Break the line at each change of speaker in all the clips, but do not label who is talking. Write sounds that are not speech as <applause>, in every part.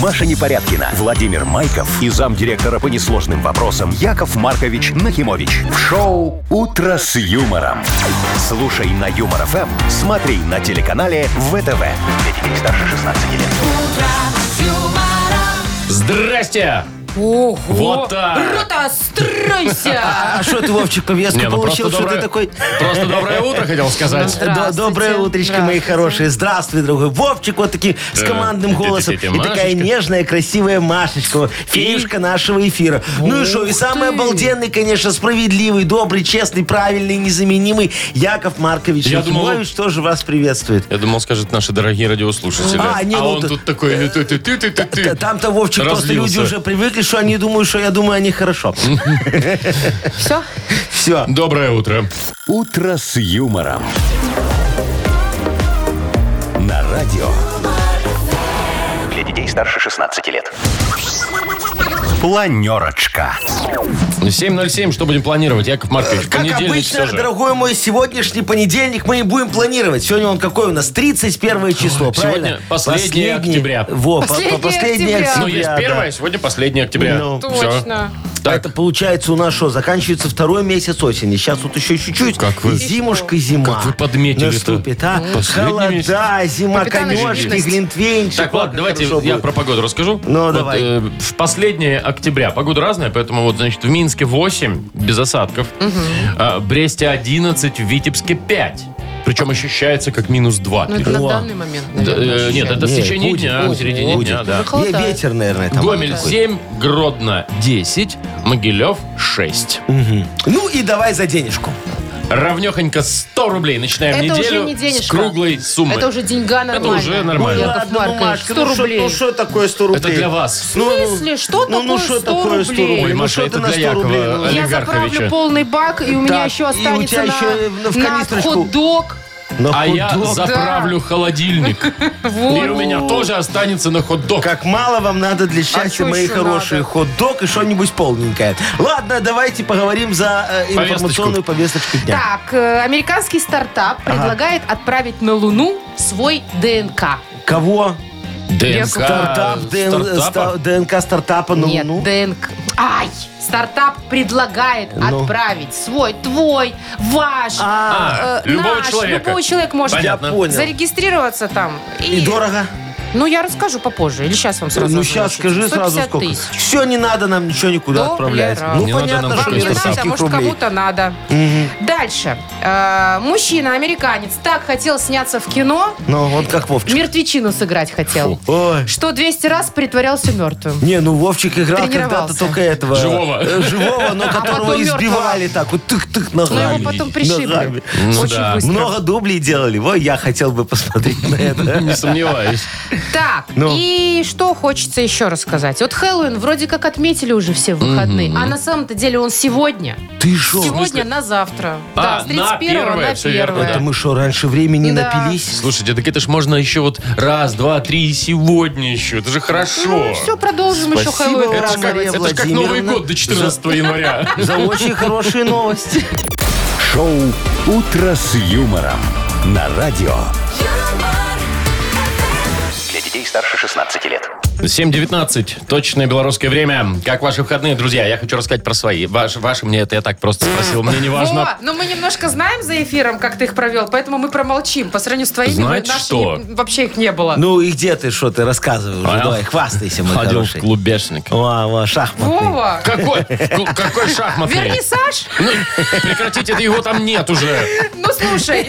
Маша Непорядкина, Владимир Майков и замдиректора по несложным вопросам Яков Маркович Нахимович. В шоу «Утро с юмором». Слушай на Юмор ФМ, смотри на телеканале ВТВ. детей старше 16 лет.
Здрасте!
Ого!
Вот так.
Рота, стройся!
А что ты, Вовчик, по
Не,
повестке
ну
получил,
просто
что ты
доброе-
такой...
Просто доброе утро хотел сказать.
«До-
Здравствуйте.
Доброе утречко, мои
Здравствуйте.
хорошие. Здравствуй, дорогой. Вовчик вот таким с
Да.
командным голосом.
Тетя
И такая
Машечка.
нежная, красивая Машечка. вот, Феюшка нашего эфира. Ну и что, и самый
ты.
обалденный, конечно, справедливый, добрый, честный, правильный, незаменимый Яков Маркович
Я думал,
Якимович тоже вас приветствует.
Я думал, скажет наши дорогие радиослушатели.
А, не, ну
он
ты-
тут такой... ну, ты- ты- ты- ты- ты- ты.
Т- Там-то, Вовчик, просто люди
Разлился.
уже привыкли, что они думают, что я думаю,
<laughs>
они хорошо.
Все?
Все.
Доброе утро.
«Утро с юмором». На радио. Для детей старше 16 лет. Планерочка.
7.07, что будем планировать, Яков Маркович?
Как
Понедельник
обычно,
все же.
дорогой мой, сегодняшний понедельник мы и будем планировать. Сегодня он какой у нас? 31
Сегодня
число, правильно?
последнее октября.
Во, по- по-
Последнее
последнее
октября.
октября.
Ну, есть
да.
первое, сегодня последнее октября. <laughs>
Ну.
Всё.
Точно.
Так,
Это получается у нас что? Заканчивается второй месяц осени. Сейчас вот еще чуть-чуть.
Как вы-
и зимушка, зима.
Как вы подметили-то.
Наступит, а?
Последний
Холода, зима,
Капитан
конюшки,
Очевидность.
глинтвейнчик.
так,
О,
ладно,
как
давайте я
хорошо будет.
про погоду расскажу.
Ну,
Вот,
давай.
э, в последнее октября. Погода разная, поэтому вот, значит, в Минске 8, без осадков. А, в Бресте 11, в Витебске 5. Причем ощущается как минус 2.
Ну, это на данный момент,
Да,
наверное,
э, Нет, это в
Нет,
течение
будет,
дня, в
будет,
середине
будет.
дня, да.
Ве-
Ну, Холода.
Ветер, наверное, там.
Гомель 7, Гродно 10, Могилев 6.
Ну и давай за денежку.
Равнехонько 100 рублей. Начинаем
Это уже
неделю
не
с
денежка.
круглой суммы.
Это уже деньга нормально.
уже нормально.
Яков
Ладно, ну,
Маркович,
Машка,
100
ну, шо-
рублей.
ну что такое 100
Это
рублей?
для вас.
Ну,
В смысле? Что
ну, ну,
такое
что
100
такое 100 рублей?
Ой,
рублей?
ну,
Маша,
что
это
ты на
для
100 рублей,
Якова
ну,
Я
Олигарховича.
заправлю полный бак, и у меня
Так,
еще
и у
останется
тебя
на,
еще в- в
на
канистрочку.
хот-дог.
На
ну
А я
хот-дог?
заправлю холодильник.
Вот.
И у меня тоже останется на хот-дог.
Как мало вам надо для счастья,
чё
мои
А ещё
хорошие,
надо?
хот-дог и что-нибудь полненькое. Ладно, давайте поговорим за э,
Повесточку.
информационную повесточку дня.
Так, э, американский стартап предлагает отправить на Луну свой ДНК.
Кого?
ДНК.
Стартап, ДН-
стартапа?
ста- ДНК стартапа ну, на
Нет,
Луну?
ДНК. Ай! Стартап предлагает
Ну.
отправить свой, твой, ваш,
А,
э,
любого
наш,
человека.
любого человека может
Я
Понятно.
понял.
зарегистрироваться там.
И дорого?
Ну, я расскажу попозже. Или сейчас вам сразу
ну, сейчас
озвучу.
скажи сразу
150
сколько.
тысяч.
Все, не надо нам ничего никуда
Долларов.
отправлять. Ну,
Не надо
понятно,
нам
что
Вам
Без
не
без
надо, а
российских
может,
рублей.
кому-то надо. Дальше. Э, мужчина, американец, так хотел сняться в кино,
Ну, вот как Вовчик.
мертвечину сыграть хотел.
Ой.
Что 200 раз притворялся мертвым.
Не, ну Вовчик играл когда-то
Тренировался. А
только этого.
Живого.
э, Живого, но которого
потом
избивали так вот тык-тык
Но
ногами.
его потом пришибли.
Ногами.
Ну
Очень
да.
быстро.
Много дублей делали. Во, я хотел бы посмотреть на
<laughs>
это.
Не сомневаюсь.
Так,
Ну.
и что хочется еще рассказать. Вот Хэллоуин вроде как отметили уже все в выходные, а на самом-то деле он сегодня.
Ты шо?
Сегодня на завтра.
А,
да, с
на
31 на 1.
первое, всё верно,
Это мы что, раньше времени
Да.
напились?
<laughs> Слушайте, так это ж можно еще вот раз, два, три и сегодня еще. Это же хорошо.
Ну, все, продолжим еще
Спасибо
Хэллоуин
вам,
праздновать.
Мария
Это ж как
Владимировна.
Новый год до 14 января.
За очень хорошие новости.
Шоу «Утро с юмором» на радио. Для детей старше 16 лет.
7.19. Точное белорусское время. Как ваши выходные, друзья? Я хочу рассказать про свои. Ваши, ваши мне это я так просто спросил. Мне не важно.
Во, но ну, мы немножко знаем за эфиром, как ты их провел, поэтому мы промолчим. По сравнению с твоими,
Знаете
мы- наши
что?
не- вообще их не было.
Ну и где ты, что ты рассказывай уже?
А я
Давай, хвастайся, мой
Ходил в
хороший.
клубешник.
Во, во, шахматный.
Вова,
Какой? Ку- Какой шахматный?
верни Саш. <laughs>
Ну, прекратите, это его там нет уже.
Ну, слушай,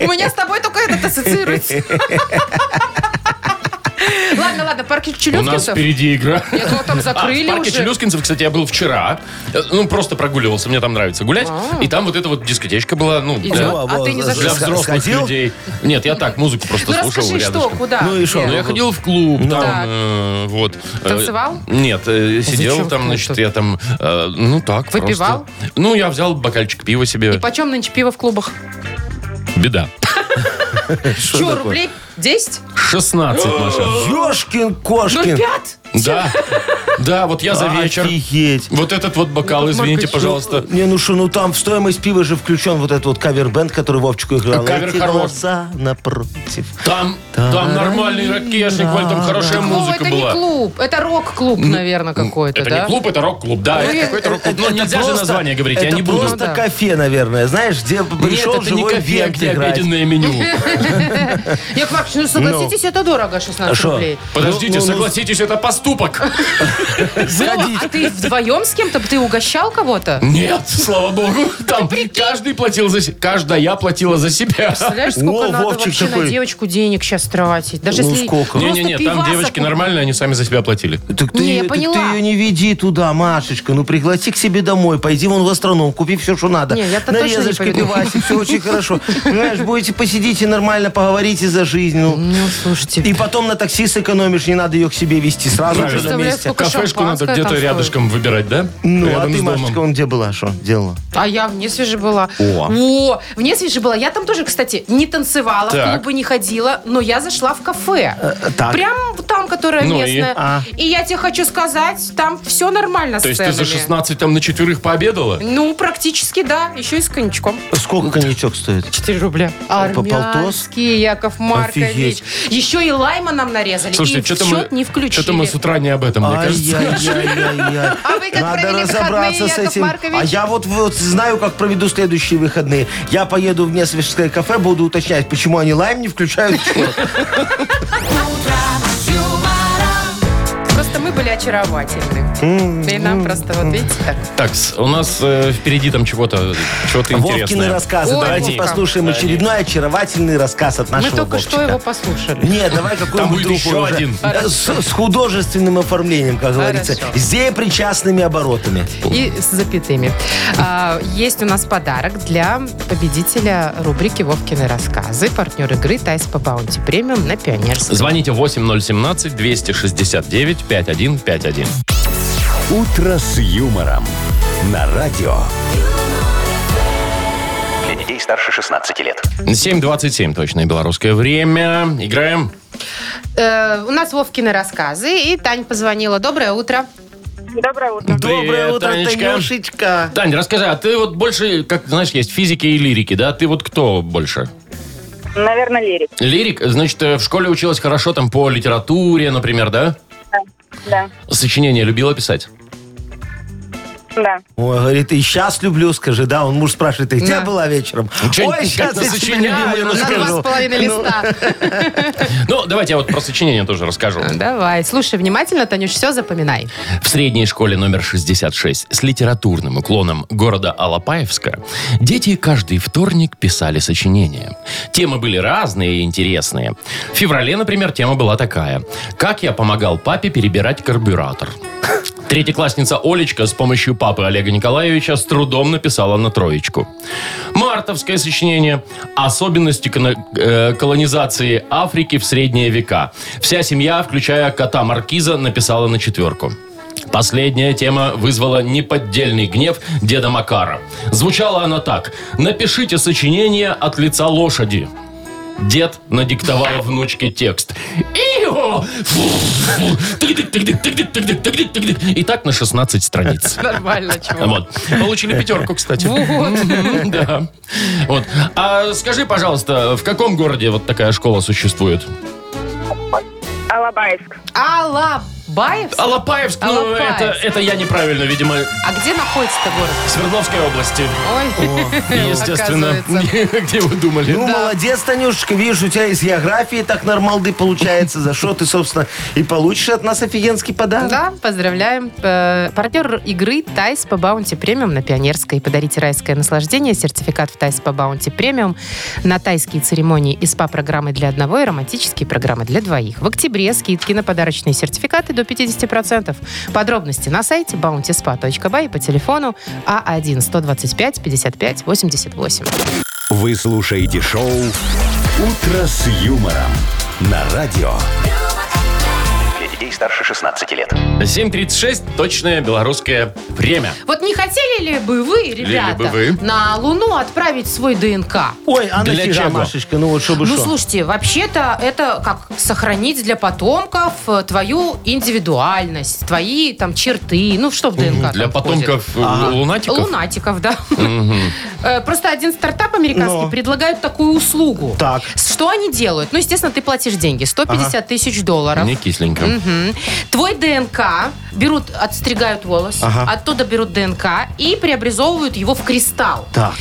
<laughs> у меня с тобой только этот ассоциируется. <laughs> Ладно, ладно, парк
У нас
Челюскинцев.
впереди игра.
Я думала, ну, там
<laughs>
закрыли
а, в парке
уже.
Челюскинцев, кстати, я был вчера. Э, Ну, просто прогуливался, мне там нравится гулять.
А.
И там вот эта вот дискотечка была, ну,
Идет?
для,
А ты не
за-
для
зашел?
за-
взрослых
сходил?
людей. Нет, я так, музыку просто
Ну,
слушал
расскажи, что,
рядышком.
куда?
Ну и шо?
где?
Ну, я ходил в клуб, там,
Так.
э, вот. Э,
Танцевал?
Нет, э, сидел
зачем
там,
в клуб
значит,
тут?
я там, э, ну, так просто.
Выпивал?
Ну, я взял бокальчик пива себе.
И почем нынче пиво в клубах?
Беда.
Че, рублей 10?
16, Маша.
<laughs>
Ёшкин, кошкин.
Ну, 0,5?
Да, да, вот я за вечер.
Офигеть.
Вот этот вот
Ну,
бокал, извините,
Маркович,
пожалуйста.
Не, ну что, ну там в стоимость пива же включен вот этот вот кавер-бенд, который Вовчику играл.
А кавер
Эти
хорош.
глаза напротив.
Там, там нормальный ракешник, Валь, там хорошая
Ну,
музыка
это не
была.
клуб, это рок-клуб, наверное, какой-то,
Это
да?
не клуб, это рок-клуб. Да, это какой-то рок-клуб. Ну,
Это
нельзя же
просто-
название говорить, я
это
не буду.
просто
Ну да.
кафе, наверное, знаешь, где
Нет,
пришел
это не
живой
кофе, а
век
где
играть.
обеденное меню.
Яков Маркович, ну согласитесь, это дорого, 16
Шо?
рублей.
Подождите,
Ну, ну, ну.
согласитесь, это поступок.
Вова, а ты вдвоем с кем-то? Ты угощал кого-то?
Нет, слава богу. Там каждый платил за себя. Каждая платила за себя.
Представляешь, сколько
О,
надо
Вовчик
вообще на
такой.
девочку денег сейчас тратить? Даже
Ну,
если
сколько?
просто
Не-не-не, там
пиваса
девочки
купить.
нормальные, они сами за себя платили.
Так ты,
Не, я
её- так ты
поняла.
ее не веди туда, Машечка. Ну пригласи к себе домой, пойди вон в астроном, купи все, что надо.
Не, я-то точно не
Нарезочки,
пойду.
пивасик, все
<laughs>
очень хорошо. Понимаешь, будете посидите нормально, поговорите за жизнь. ну.
Ну, слушайте.
И потом на такси сэкономишь, не надо ее к себе вести сразу же на
Представляю,
месте.
Только
Кафешку надо
шампанское
где-то
там
рядышком выбирать, да?
Ну, а
Рядом
ты,
с
Машечка,
домом.
вон где была, что делала?
А я в Несвеже была.
О.
О, в Несвеже была. Я там тоже, кстати, не танцевала,
Так.
в клубы не ходила, но я зашла в кафе.
Э, Так.
Прям там, которое
Ну и?
местное. И?
А.
я тебе хочу сказать, там все нормально с
То есть ты за
ценами.
16 там на четверых пообедала?
Ну, практически, да. Еще и с коньячком.
Сколько коньячок стоит?
4 рубля.
По полтос?
Армянские, Яков Маркович.
Офигеть.
Еще и лайма нам нарезали. и
Слушайте,
в
что-то
счет
мы,
не включили.
что-то мы с утра не об этом, мне кажется.
Ай-яй-яй-яй-яй.
А вы как
Надо
провели
разобраться
выходные,
с
Яков
этим.
Маркович?
А я вот, вот знаю, как проведу следующие выходные. Я поеду в Несвежское кафе, буду уточнять, почему они лайм не
<laughs>
включают. в счет.
Просто мы были очаровательны. И нам просто, вот видите, так.
Так, с- у нас э, впереди там чего-то, чего-то
Вовкины
интересного.
рассказы.
Ой,
Давайте
Вовка.
послушаем очередной очаровательный рассказ от
Мы
нашего
только что
А Вовчика.
его послушали.
<laughs> Нет, давай какой-нибудь
будет
другой
еще
уже.
один.
Э, <laughs> С, с художественным оформлением, как говорится.
Хорошо.
С причастными оборотами.
И с запятыми. А, есть у нас подарок для победителя рубрики «Вовкины рассказы». Партнер игры «Тайс по баунти премиум» на Пионерском.
Звоните 8017-269-5151.
«Утро с юмором» на радио.
Для детей старше 16 лет.
7.27 точное белорусское время. Играем.
Э, у нас «Вовкины рассказы». И Тань позвонила. Доброе утро.
Доброе утро.
Доброе
Привет,
утро,
Танечка.
Танюшечка.
Тань, расскажи, а ты вот больше, как знаешь, есть физики и лирики, да? Ты вот кто больше?
Наверное, лирик.
Лирик, значит, э, в школе училась хорошо там по литературе, например, да?
Да,
Сочинение любила писать?
да.
Ой, говорит, и сейчас люблю, скажи, да? Он муж спрашивает, ты где
Да.
была вечером?
что-нибудь
Ой, сейчас
как-то
я тебе
сочиняю,
любимый
ну,
На
Расскажу.
два
расскажу.
с
<laughs>
половиной листа.
Ну, давайте я вот про сочинение тоже расскажу.
Давай, слушай внимательно, Танюш, все запоминай.
В средней школе номер 66 с литературным уклоном города Алапаевска дети каждый вторник писали сочинения. Темы были разные и интересные. В феврале, например, тема была такая. «Как я помогал папе перебирать карбюратор?» Третьеклассница Олечка с помощью папы Олега Николаевича с трудом написала на троечку. Мартовское сочинение «Особенности коно- э, колонизации Африки в средние века». Вся семья, включая кота Маркиза, написала на четверку. Последняя тема вызвала неподдельный гнев деда Макара. Звучала она так. «Напишите сочинение от лица лошади». Дед надиктовал внучке текст. Ио! Фу, фу. Тык-тык, тык-тык, тык-тык, тык-тык, тык-тык, тык-тык. И так на 16 страниц.
<laughs> Нормально, чего.
Вот. Получили пятерку, кстати. Мгм, <laughs> Да. Вот. А скажи, пожалуйста, в каком городе вот такая школа существует?
Алабайск.
Алабаев?
Алапаевск, ну
Алапаевск.
это, это я неправильно, видимо,
А где находится-то город?
Свердловской области.
Ой,
Естественно.
Ну,
<laughs>
оказывается.
Где вы думали?
Ну, молодец, Танюшечка, видишь, у тебя из географии так нормалды получается, за что ты, собственно, и получишь от нас офигенский подарок.
Да, поздравляем. Э, Партнер игры Тайс по Баунти Премиум на Пионерской. Подарите райское наслаждение. Сертификат в Тайс по Баунти Премиум на тайские церемонии и СПА-программы для одного и романтические программы для двоих. В октябре скидки на подарочные сертификаты до 50%. Подробности на сайте bountyspa.by и по телефону А А1-125-55-88.
Вы слушаете шоу «Утро с юмором» на радио.
Для детей старше 16 лет.
7.36, точное белорусское Время.
Вот не хотели ли бы вы, ребята,
бы вы?
на Луну отправить свой ДНК?
Ой, а
Для
нафига,
чего?
Машечка, ну вот чтобы
ну,
что?
слушайте, вообще-то это как сохранить для потомков э, твою индивидуальность, твои там черты, ну что в ДНК
Для
там входит?
потомков э,
А,
лунатиков.
Лунатиков, да. Э, Просто один стартап американский
Но.
предлагает такую услугу.
Так.
Что они делают? Ну, естественно, ты платишь деньги. 150 тысяч долларов.
Не кисленько.
Мгм. Твой ДНК берут, отстригают волос,
Ага.
оттуда берут ДНК и преобразовывают его в кристалл.
Так,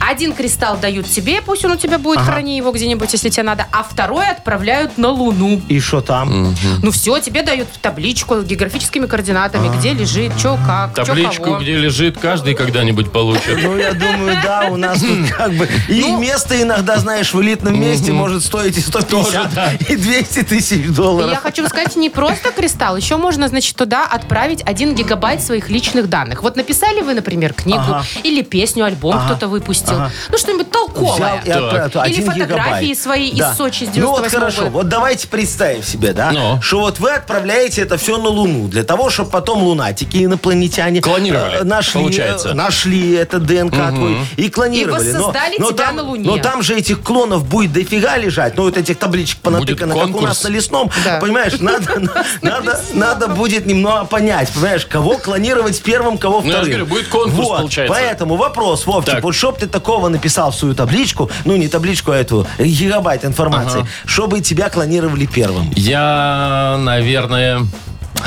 Один кристалл дают тебе, пусть он у тебя будет, храни его где-нибудь, если тебе надо, а второй отправляют на Луну.
и что там?
Ну все, тебе дают табличку с географическими координатами, где лежит, что как, чё
А. Табличку,
кого.
где лежит, каждый когда-нибудь получит.
Ну, я думаю, да, у нас тут как бы... И
Ну.
место иногда, знаешь, в элитном месте может стоить и 150, и 200 тысяч
И Я
долларов.
хочу сказать, не просто кристалл, еще можно, значит, туда отправить 1 гигабайт своих личных данных. Вот написали вы, например, книгу
Ага.
или песню, альбом кто-то выпустил. Ну, что-нибудь толковое.
Взял и отправил.
Или
Один
фотографии
гигабайт.
свои из
Да.
Сочи с 98
Ну вот хорошо, вот давайте представим себе, да,
Ну.
что вот вы отправляете это все на Луну для того, чтобы потом лунатики инопланетяне
Клонировали,
э, нашли,
получается.
э, нашли этот ДНК твой и клонировали. Но-
воссоздали
но,
тебя
там,
на Луне.
Но там же этих клонов будет дофига лежать, ну вот этих табличек понатыкано, как у
конкурс.
нас на лесном,
Да.
понимаешь, надо, <laughs> надо, надо будет немного понять, понимаешь, кого клонировать первым, кого
Ну, я
вторым.
же говорю, будет конкурс,
Вот,
получается.
Поэтому вопрос, Вовчик,
Так.
вот чтоб ты такого написал в свою табличку, ну не табличку, а эту э, гигабайт информации, чтобы тебя клонировали первым.
Я, наверное...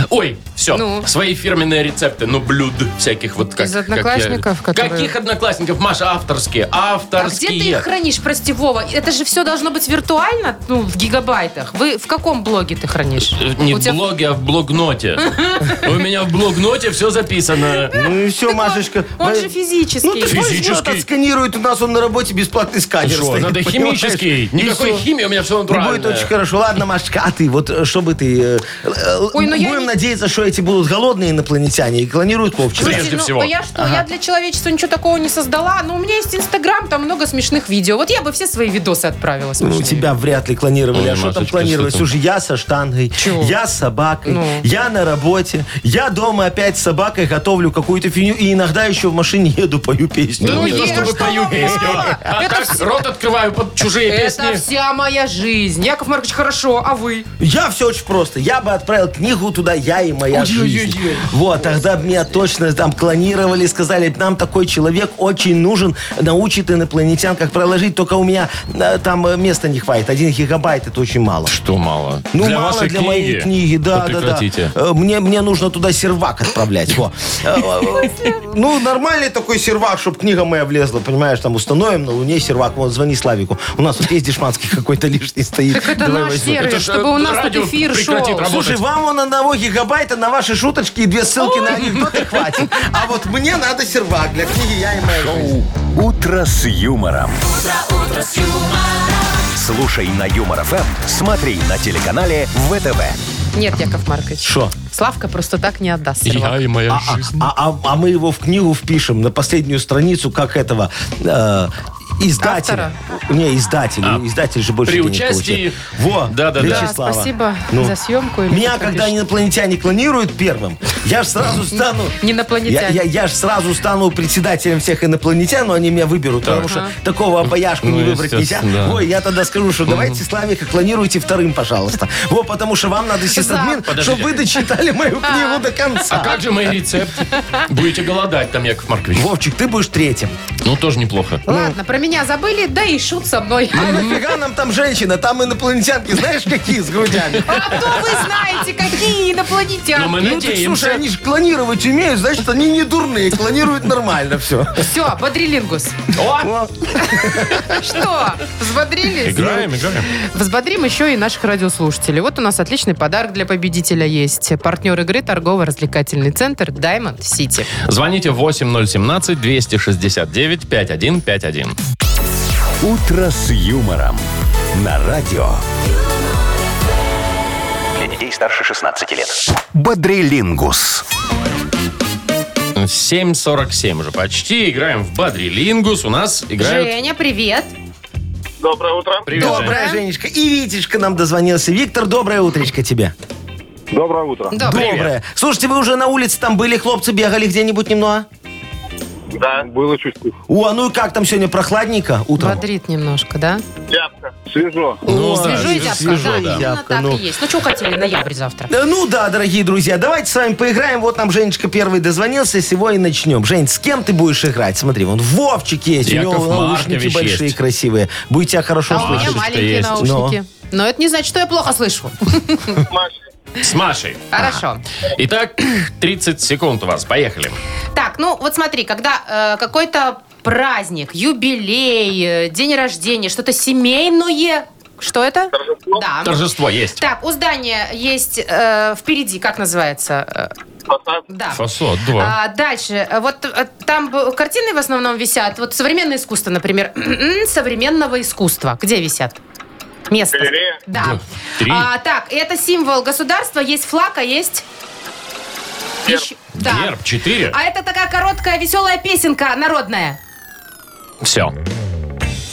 Ой, все,
Ну?
свои фирменные рецепты, ну, блюд всяких вот как...
Из
как я-
одноклассников, которые-
Каких одноклассников, Маша, авторские,
А где ты
авторские.
их хранишь, прости, Вова? Это же все должно быть виртуально, ну, в гигабайтах. Вы в каком блоге ты хранишь?
Э, Не
У
в
тебя-
блоге, а в
<laughs>
блокноте. У меня в блокноте все записано.
Ну и все, Машечка.
он
Во-
же физический.
Ну ты
Физический.
физический. отсканирует, у нас он на работе бесплатный сканер
Что,
стоит,
надо
<laughs> понимаешь?
химический.
И
Никакой
всё.
химии, у меня все
Ну,
натуральное.
будет очень хорошо. Ладно, Машечка, а ты вот э, что бы ты... э, э,
Ой, ну я
будем
не-
надеяться, что эти будут голодные инопланетяне и клонируют Вовчика.
Прежде
ну,
всего.
а я что, я для человечества ничего такого не создала, но у меня есть Инстаграм, там много смешных видео. Вот я бы все свои видосы отправила
Ну,
смешные.
тебя вряд ли клонировали.
Ой,
а что там
Машечка,
клонировать?
что там?
Слушай, я со штангой,
Чего?
я с собакой,
Ну.
я на работе, я дома опять с собакой готовлю какую-то фигню и иногда еще в машине еду, пою песню.
Да
Ну,
не то,
ешь,
чтобы
что
пою
вы,
песню.
Вова.
А
Это
так
всё-
рот открываю под чужие
Это
песни.
вся моя жизнь. Яков Маркович, хорошо, а вы?
Я все очень просто. Я бы отправил книгу туда, я и моя жизнь. Вот, тогда бы меня точно там клонировали, сказали, нам такой человек очень нужен, научит инопланетян, как проложить, только у меня э, там э, места не хватит. Один гигабайт это очень мало.
Что мало?
Ну, мало для моей книги, да, да, да.
Прекратите.
Э, Мне, мне нужно туда сервак отправлять. Во. Э, э, э, Ну, нормальный такой сервак, чтобы книга моя влезла, понимаешь, там установим на Луне сервак. Вот, звони Славику. У нас тут есть дешманский какой-то лишний стоит.
Так это
Давай
наш
возьмем.
сервис,
Это ж,
чтобы у нас тут
радио
эфир шел.
прекратит работать.
Слушай, вам он одного гигабайта на ваши шуточки и две ссылки на анекдоты хватит. А вот мне надо сервак для книги «Я и моя жизнь».
Утро с юмором. Слушай на Юмор ФМ, смотри на телеканале ВТВ.
Нет, Яков Маркович.
Шо?
Славка просто так не отдаст. сервак.
Я и моя
А,
жизнь.
а- а- а мы его в книгу впишем на последнюю страницу, как этого э, издателя. Не, издателя. Издатель же больше
А, При
денег
участии-
получает. Во,
Да-да-да.
Да,
Вячеслава.
спасибо
Ну.
за съемку. или
Меня,
как
когда
бишь.
инопланетяне клонируют первым, я же сразу стану...
Не инопланетяне.
Я, я, же сразу стану председателем всех инопланетян, но они меня выберут, потому что такого обаяшку не
Ну,
выбрать нельзя.
естественно, да.
Ой, я тогда скажу, что давайте Славика клонируйте вторым, пожалуйста. Вот, потому что вам надо сисадмин, чтобы
Подождите.
вы дочитали мою книгу до конца.
А как же мои рецепты? Будете голодать там, Яков Маркович.
Вовчик, ты будешь третьим.
Ну, Ну, тоже неплохо.
Ладно, про меня забыли, да и шут со мной.
А нафига нам там женщина? Там инопланетянки, знаешь, какие с грудями?
А то вы знаете, какие
Но мы
инопланетяне.
Ну так,
<laughs>
слушай,
надеемся.
они же клонировать умеют, значит, они не дурные, клонируют нормально все.
Все, бодрилингус.
О,
<laughs> Что, взбодрились? Ну,
Играем, играем.
Взбодрим еще и наших радиослушателей. Вот у нас отличный подарок для победителя есть. Партнер игры торгово-развлекательный центр Diamond City.
Звоните 8017-269-5151.
Утро с юмором. На радио.
Для детей старше 16 лет.
Бодрилингус.
7.47 уже почти. Играем в Бадрилингус. У нас играют...
Женя, привет.
Привет, Жень.
Добрая, Женечка. И Витечка нам дозвонился. Виктор, доброе утречко тебе.
Доброе утро.
Добрый.
Доброе. Слушайте, вы уже на улице там были, хлопцы бегали где-нибудь немного?
Да. Было чувство.
О, а ну и как там сегодня прохладненько утром?
Бодрит немножко, да?
Зябко. Свежо.
Ну,
Свежо и зябко, да,
да.
именно
Зябко,
так
ну.
и есть. Ну, что хотели, ноябрь завтра.
Э, Ну да, дорогие друзья, давайте с вами поиграем. Вот нам Женечка первый дозвонился, с его и начнем. Жень, с кем ты будешь играть? Смотри, вон Вовчик есть, у
Яков
него наушники
Маркович
большие,
есть.
красивые. Будет тебя хорошо
А у меня
слышать.
маленькие
есть.
наушники. Но это не значит, что я плохо слышу.
С Машей.
Хорошо.
Итак, 30 секунд у вас. Поехали.
Так, ну вот смотри, когда э, какой-то праздник, юбилей, э, день рождения, что-то семейное. Что это? Да.
Торжество есть.
Так, у здания есть э, впереди, как называется? Э, Да.
Фасад, да.
А, дальше. Э, Вот э, там б- картины в основном висят. Вот современное искусство, например. <clears throat> М-м, Современного искусства. Где висят? Место.
Галерея.
Да.
Да. Три.
А, так, это символ государства. Есть флаг, а есть... Ещё- Да.
Герб 4.
А это такая короткая веселая песенка народная.
Все.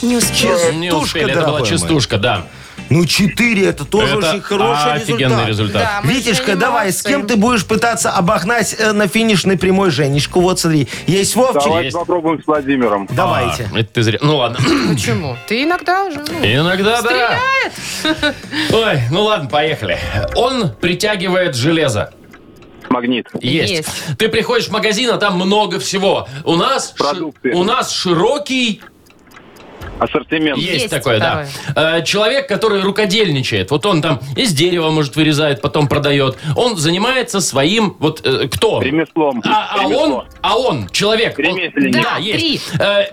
Не успел.
Не
Частушка,
успели, это была
дорогой мой.
частушка, да.
Ну, четыре, это тоже
это
очень хороший
офигенный результат.
Да, мы
Витечка,
сегодня
давай, с
молодцы.
кем ты будешь пытаться обогнать э, на финишной прямой Женечку? Вот смотри, есть Вовчик.
Давайте
Есть.
попробуем с Владимиром.
Давайте.
А, это ты зря. Ну ладно.
Почему? Ты иногда же... ну,
Иногда да. Ой, ну ладно, поехали. Он притягивает железо.
Магнит.
Есть.
Есть.
Ты приходишь в магазин, а там много всего. У нас, ши-
Продукты.
у нас широкий
Ассортимент.
Есть,
Есть
такое, да. Э, Человек, который рукодельничает, вот он там из дерева, может, вырезает, потом продает. Он занимается своим, вот э, кто? он?
Ремеслом.
А, а
Ремесло.
он, а он, человек. он-
Ремесленник.
да,
Да,
есть. Э,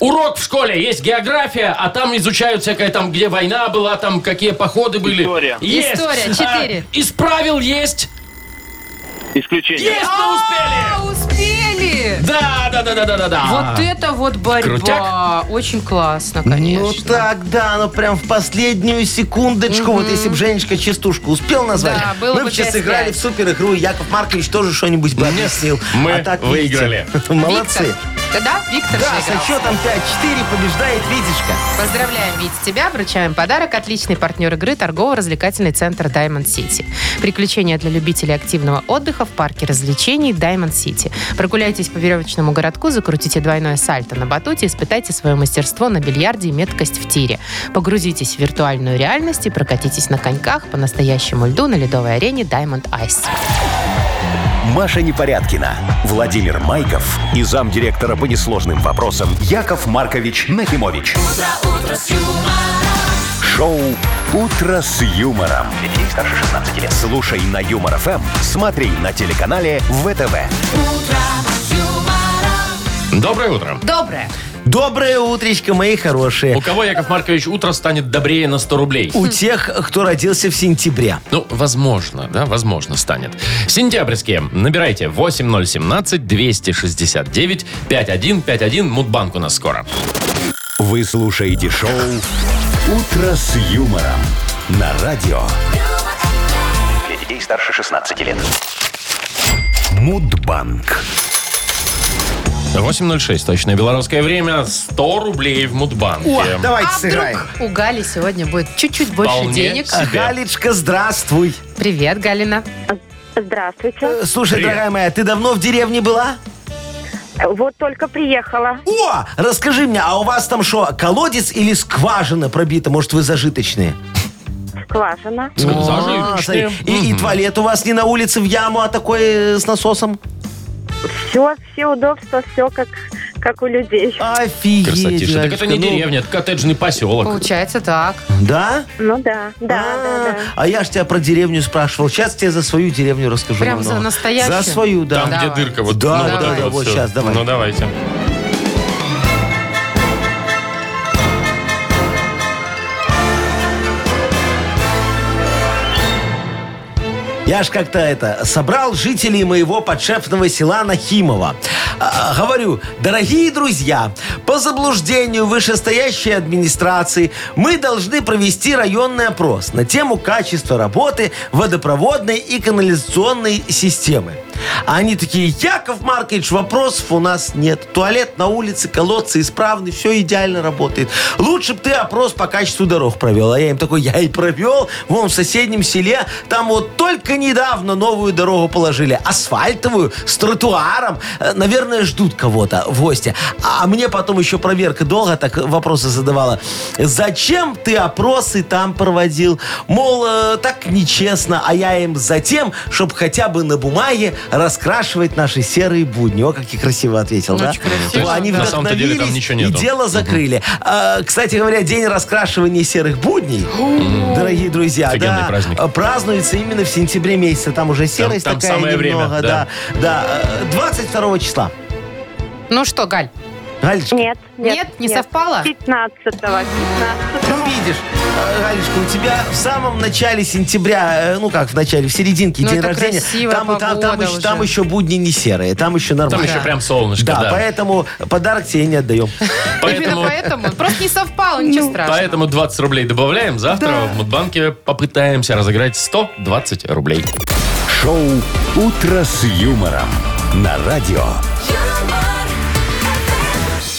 урок в школе, есть география, а там изучают всякое, там, где война была, там, какие походы были.
История.
Есть.
История, четыре.
Э, из правил есть.
Исключение.
Есть, мы успели.
А, успели!
Да, да, да, да, да, да, да.
Вот это вот борьба.
А. Крутяк.
Очень классно, конечно.
Ну так, да, но прям в последнюю секундочку. Вот если бы Женечка частушку успел назвать,
Да, было
мы
бы
бы сейчас
5-5.
играли в супер игру, и Яков Маркович тоже что-нибудь бы объяснил.
мы
А так, видите,
выиграли.
<laughs> Молодцы.
Виктор. Да, Виктор
Да,
же играл.
со счетом 5-4 побеждает Витечка.
Поздравляем, Вить, тебя. Вручаем подарок. Отличный партнер игры торгово-развлекательный центр Diamond City. Приключения для любителей активного отдыха в парке развлечений Diamond City. Прогуляйтесь по веревочному городку, закрутите двойное сальто на батуте, испытайте свое мастерство на бильярде и меткость в тире. Погрузитесь в виртуальную реальность и прокатитесь на коньках по настоящему льду на ледовой арене Diamond Ice.
Маша Непорядкина, Владимир Майков и замдиректора по несложным вопросам Яков Маркович Нахимович. Шоу Утро с юмором. Для детей старше 16 лет. Слушай на юмор ФМ, смотри на телеканале ВТВ.
Доброе утро.
Доброе.
Доброе утречко, мои хорошие.
У кого, Яков Маркович, утро станет добрее на 100 рублей?
У тех, кто родился в сентябре.
Ну, возможно, да, возможно станет. Сентябрьские. Набирайте 8017-269-5151. Мудбанк у нас скоро.
Вы слушаете шоу Утро с юмором на радио
Для детей старше 16 лет.
Мудбанк.
8.06, точное белорусское время. 100 рублей в Мудбанке.
О, давайте
А
сыграем.
вдруг у Гали сегодня будет чуть-чуть больше
Вполне.
денег?
себе.
Галечка, здравствуй.
Привет, Галина.
Здравствуйте.
Э, Слушай,
Привет.
дорогая моя, ты давно в деревне была?
Вот только приехала.
О, расскажи мне, а у вас там что, колодец или скважина пробита? Может, вы зажиточные?
Скважина.
С-
А,
зажиточные.
смотри, и, и
Мгм.
туалет у вас не на улице в яму, а такой э, с насосом?
Все, все удобства, все как, как у людей.
А. Офигеть,
Красотища. Так это
Галечка,
не
ну,
деревня, это коттеджный поселок.
Получается так.
Да?
Ну да, да,
а,
да, да.
а я ж тебя про деревню спрашивал. Сейчас тебе за свою деревню расскажу.
Прям
немного.
за настоящую?
За свою, да.
Там, где
Давай.
дырка. Вот,
Да,
ну, вот
да,
это
да, вот
всё.
щас, давай.
Ну, давайте.
Я ж как-то это собрал жителей моего подшефного села Нахимова. А, говорю, дорогие друзья, по заблуждению вышестоящей администрации мы должны провести районный опрос на тему качества работы водопроводной и канализационной системы. А они такие, Яков Маркович, вопросов у нас нет. Туалет на улице, колодцы исправны, все идеально работает. Лучше бы ты опрос по качеству дорог провел. А я им такой, я и провел. Вон в соседнем селе, там вот только недавно новую дорогу положили. Асфальтовую, с тротуаром. Э, Наверное, ждут кого-то в гости. А мне потом еще проверка долго так вопросы задавала. Зачем ты опросы там проводил? Мол, э, так нечестно, а я им за тем, чтобы хотя бы на бумаге раскрашивать наши серые будни. О, как я красиво ответил, да?
Очень красиво,
Во, Они
да. На самом-то деле там
вдохновились
ничего
и
нету.
дело закрыли. А, кстати говоря, день раскрашивания серых будней, дорогие друзья,
Офигенный
да,
праздник.
а, празднуется именно в сентябре месяце. Там уже серость
там
такая
самое время,
немного.
да.
да. да. Э, 22 числа.
Ну что, Галь,
Галечка,
Нет,
нет,
нет.
не совпало?
15-го, 15
Ну, видишь, э, Галечка, у тебя в самом начале сентября, э, ну как в начале, в серединке
Ну,
день
это
рождения,
красиво,
там, там, там
погода
еще, там
уже.
еще будни не серые, там еще
Там
нормально.
еще прям солнышко,
да,
да.
поэтому подарок тебе не отдаем.
Поэтому,
Именно поэтому. Просто не совпало, ничего страшного.
поэтому 20 рублей добавляем. Завтра в Мудбанке попытаемся разыграть 120 рублей.
Шоу «Утро с юмором» на радио.
юмор,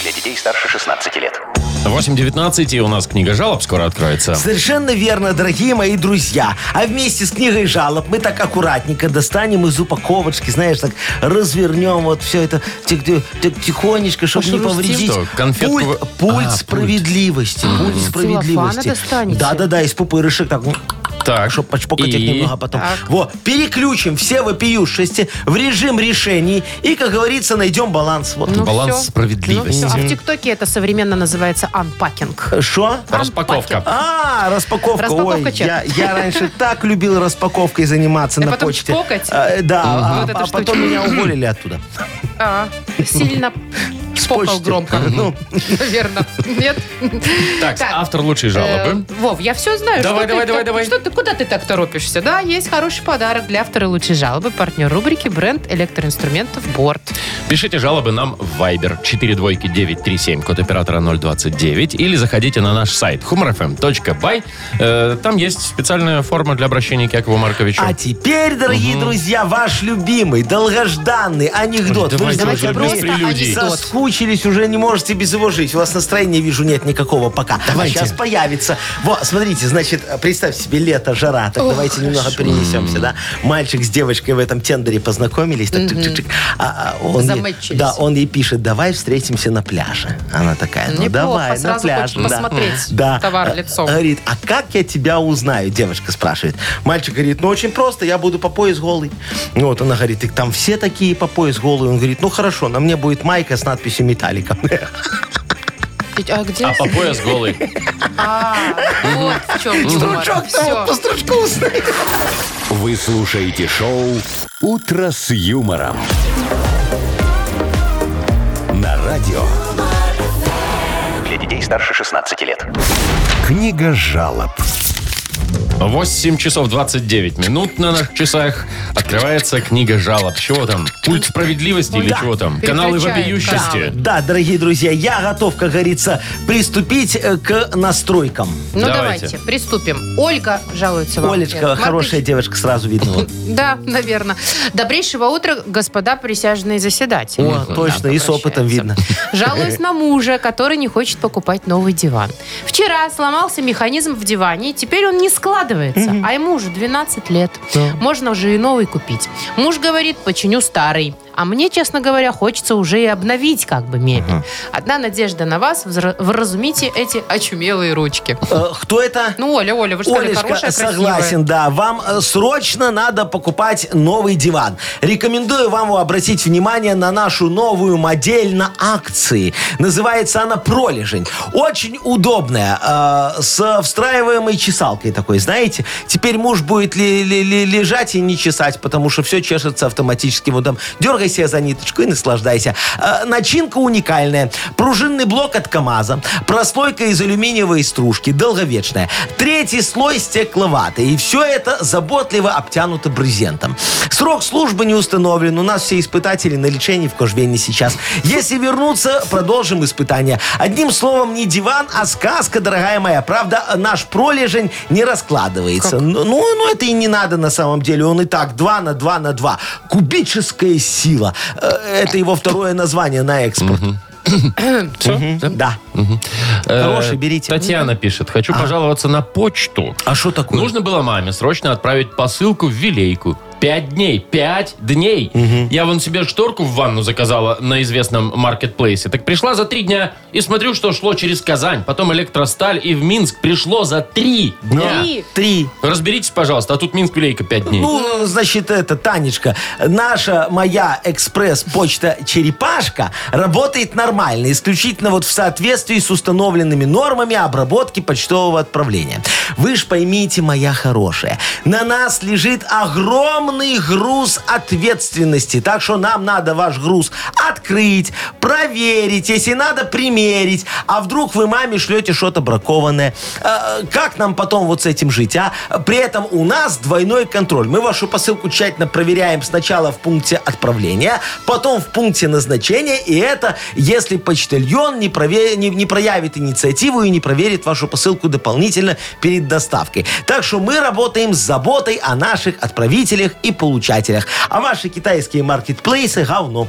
Для детей старше 16 лет.
8.19, и у нас книга жалоб скоро откроется.
Совершенно верно, дорогие мои друзья. А вместе с книгой жалоб мы так аккуратненько достанем из упаковочки, знаешь, так развернем вот все это тих- тих- тих- тихонечко, чтобы не
Пошелестим.
повредить.
Что, конфетку
Пульт,
вы-
пульт
А, пульт.
справедливости. Пульт справедливости.
достанете?
Да-да-да, из пупырышек так. м,
Так,
Чтоб почпокать их
и-
немного потом.
Так.
Во, переключим все вопиюшести в режим решений и, как говорится, найдем баланс. Вот.
Ну
Баланс
всё.
справедливости.
Ну всё. А в ТикТоке это современно называется анпакинг.
Что?
Распаковка.
А, распаковка.
Распаковка
Ой,
чек.
я, я раньше так любил распаковкой заниматься
А
на
потом
почте.
чпокать?
А, да, а,
Вот эту
а
штучку.
потом меня уволили оттуда.
А, сильно
С
покал
почты.
громко.
Ну,
Наверное. Нет?
Так, автор лучшей жалобы.
Э, Вов, я все знаю.
Давай,
что ты
давай, давай,
так-
давай.
Что ты, куда ты так торопишься? Да, есть хороший подарок для автора лучшей жалобы. Партнер рубрики бренд электроинструментов Борт.
Пишите жалобы нам в Viber 42937, код оператора 029, или заходите на наш сайт humorfm.by. Э, Там есть специальная форма для обращения к Якову Марковичу.
а теперь, дорогие друзья, ваш любимый, долгожданный анекдот.
Ой,
Вы же
давайте
уже
уже без
просто
прелюдий.
анекдот.
Соскучились, уже не можете без его жить. У вас настроения, вижу, нет никакого пока.
Давайте.
А сейчас появится. Вот, смотрите, значит, представь себе лето, жара. Так давайте немного перенесемся, да? Мальчик с девочкой в этом тендере познакомились. Так, чик-чик-чик. А, а он ей-
Замэтчились.
да, он ей пишет, давай встретимся на пляже. Она такая, ну
Неплохо,
давай, на
сразу
пляже.
хочет
да.
посмотреть
Да.
товар лицом.
Говорит, а как я тебя узнаю? Девочка спрашивает. Мальчик говорит, ну очень просто, я буду по пояс голый. Ну вот она говорит, «Так там все такие по пояс голые. Он говорит, ну хорошо, на мне будет майка с надписью
<laughs>
«Металлика». Ну,
А где?
А по пояс голый.
А, вот в чем
Стручок там вот по стручку узнает.
Вы слушаете шоу «Утро с юмором». На радио.
Для детей старше 16 лет.
Книга жалоб.
8 часов 29 минут на наших часах. Открывается книга жалоб. Чего там? Пульт справедливости или
Ну Да.
чего там? Каналы
Переключаем
вопиющести.
Да, дорогие друзья, я готов, как говорится, приступить э, к настройкам.
Ну
Давайте.
давайте. приступим. Ольга жалуется вам. Яков
Олечка,
Маркович.
хорошая девочка, сразу
<laughs>
видно. вот.
Да, наверное. Добрейшего утра, господа присяжные заседатели.
О, точно, и с опытом видно.
Жалуюсь на мужа, который не хочет покупать новый диван. Вчера сломался механизм в диване, и теперь он не складывается. А ему уже 12 лет. Можно уже и новый купить. Муж говорит, починю старый. А мне, честно говоря, хочется уже и обновить как бы мебель. Одна надежда на вас, взра- вразумите эти очумелые ручки.
Э, Кто это?
Ну, Оля, Оля, вы же сказали,
Олечка,
хорошая, красивая.
согласен, да. Вам э, срочно надо покупать новый диван. Рекомендую вам обратить внимание на нашу новую модель на акции. Называется она «Пролежень». Очень удобная, э, с встраиваемой чесалкой такой, знаете. Теперь муж будет ли- ли- ли- лежать и не чесать, потому что все чешется автоматически. Вот там дергает дергай себе за ниточку и наслаждайся. Э, Начинка уникальная. Пружинный блок от КАМАЗа, прослойка из алюминиевой стружки, долговечная. Третий слой стекловата. И все это заботливо обтянуто брезентом. Срок службы не установлен. У нас все испытатели на лечении в Кожвене сейчас. Если вернуться, продолжим испытания. Одним словом, не диван, а сказка, дорогая моя. Правда, наш пролежень не раскладывается. Ну, ну, ну, это и не надо на самом деле. Он и так 2 на 2 на 2. Кубическая сила. Э, Это его второе название на экспорт.
Всё, да?
Да.
Э,
Хороший, берите.
Татьяна пишет. Хочу пожаловаться на почту.
А что такое?
Нужно было маме срочно отправить посылку в Вилейку. Пять дней. Пять дней. Я вон себе шторку в ванну заказала на известном маркетплейсе. Так пришла за три дня и смотрю, что шло через Казань, потом электросталь и в Минск пришло за три дня.
Три.
Три.
Разберитесь, пожалуйста, а тут Минск-Вилейка пять дней.
Ну, значит, это, Танечка, наша моя экспресс-почта «Черепашка» работает нормально, исключительно вот в соответствии с установленными нормами обработки почтового отправления. Вы ж поймите, моя хорошая, на нас лежит огромный груз ответственности, так что нам надо ваш груз открыть, проверить, если надо, примерить, а вдруг вы маме шлете что-то бракованное. Э, Как нам потом вот с этим жить, а? При этом у нас двойной контроль. Мы вашу посылку тщательно проверяем сначала в пункте отправления, потом в пункте назначения, и это если почтальон не, прове- не- не проявит инициативу и не проверит вашу посылку дополнительно перед доставкой. Так что мы работаем с заботой о наших отправителях и получателях. А ваши китайские маркетплейсы – говно.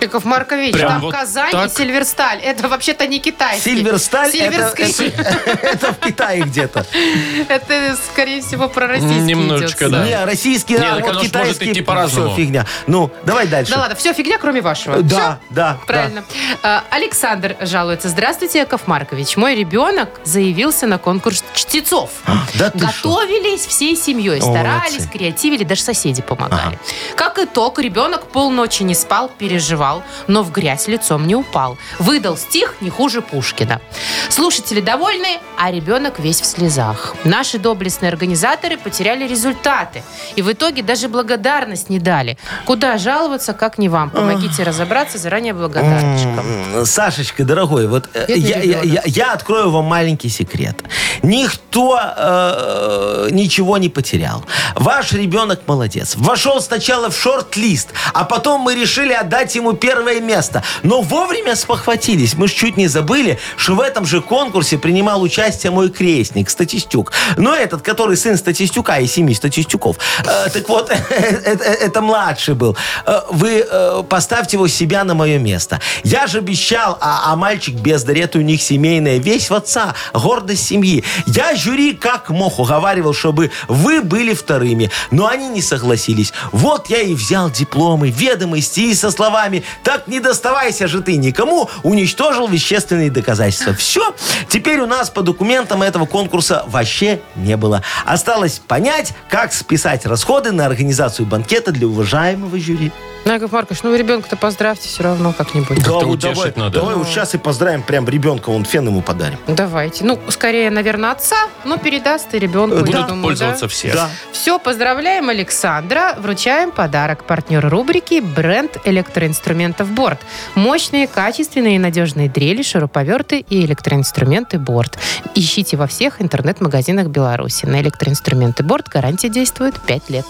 Яков Маркович,
Прям
там
вот
Казань
так?
и Сильверсталь. Это вообще-то не китайский.
Сильверсталь – это,
А Сильверский.
это- это в Китае где-то.
<laughs> Это, скорее всего, про российский
Немножечко,
идет.
да.
Не, российские,
Не,
а
так
вот
оно ж может
китайские.
идти по-разному.
всё, фигня. Ну, давай дальше.
Да ладно, все, фигня, кроме вашего.
Э, Да, да.
Всё? Правильно. А, Александр жалуется. Здравствуйте, Яков Маркович. Мой ребенок заявился на конкурс чтецов.
Да ты шо?
Готовились всей семьей,
Молодцы.
старались, креативили, даже соседи помогали. Как итог, ребенок полночи не спал, переживал, но в грязь лицом не упал. Выдал стих не хуже Пушкина. Слушатели довольны, а ребенок весь в слезах. Наши доблестные организаторы потеряли результаты. И в итоге даже благодарность не дали. Куда жаловаться, как не вам. Помогите разобраться, заранее благодарочком.
М, Сашечка, дорогой, вот э,
Бедный
я, я-
ребенок.
я- я открою вам маленький секрет. Никто э, ничего не потерял. Ваш ребенок молодец. Вошел сначала в шорт-лист, а потом мы решили отдать ему первое место. Но вовремя спохватились. Мы ж чуть не забыли, что в этом же конкурсе принимал участие мой крестник, статистюк. Но этот, который сын статистюка и семи статистюков. Э, так вот, <laughs> это, это младший был. Э, Вы э, поставьте его себя на мое место. Я же обещал, а, а мальчик без дарет у них семейная, весь в отца, гордость семьи. Я жюри как мог уговаривал, чтобы вы были вторыми, но они не согласились. Вот я и взял дипломы, ведомости и со словами «Так не доставайся же ты никому!» уничтожил вещественные доказательства. Все, теперь у нас по документам этого конкурса вообще не было. Осталось понять, как списать расходы на организацию банкета для уважаемого жюри.
Ну, Яков Маркович, ну вы ребенка-то поздравьте все равно как-нибудь.
Как-то
вот давай,
утешить надо.
Давай вот сейчас и поздравим прям ребенка, он фен ему подарим.
Давайте. Ну, скорее, наверное, отца, но передаст и ребенку. я
Будут
думаю,
пользоваться
да?
все.
Да.
Все, поздравляем Александра. Вручаем подарок партнер рубрики «Бренд электроинструментов Борт». Мощные, качественные и надежные дрели, шуруповерты и электроинструменты Борт. Ищите во всех интернет-магазинах Беларуси. На электроинструменты Борт гарантия действует 5 лет.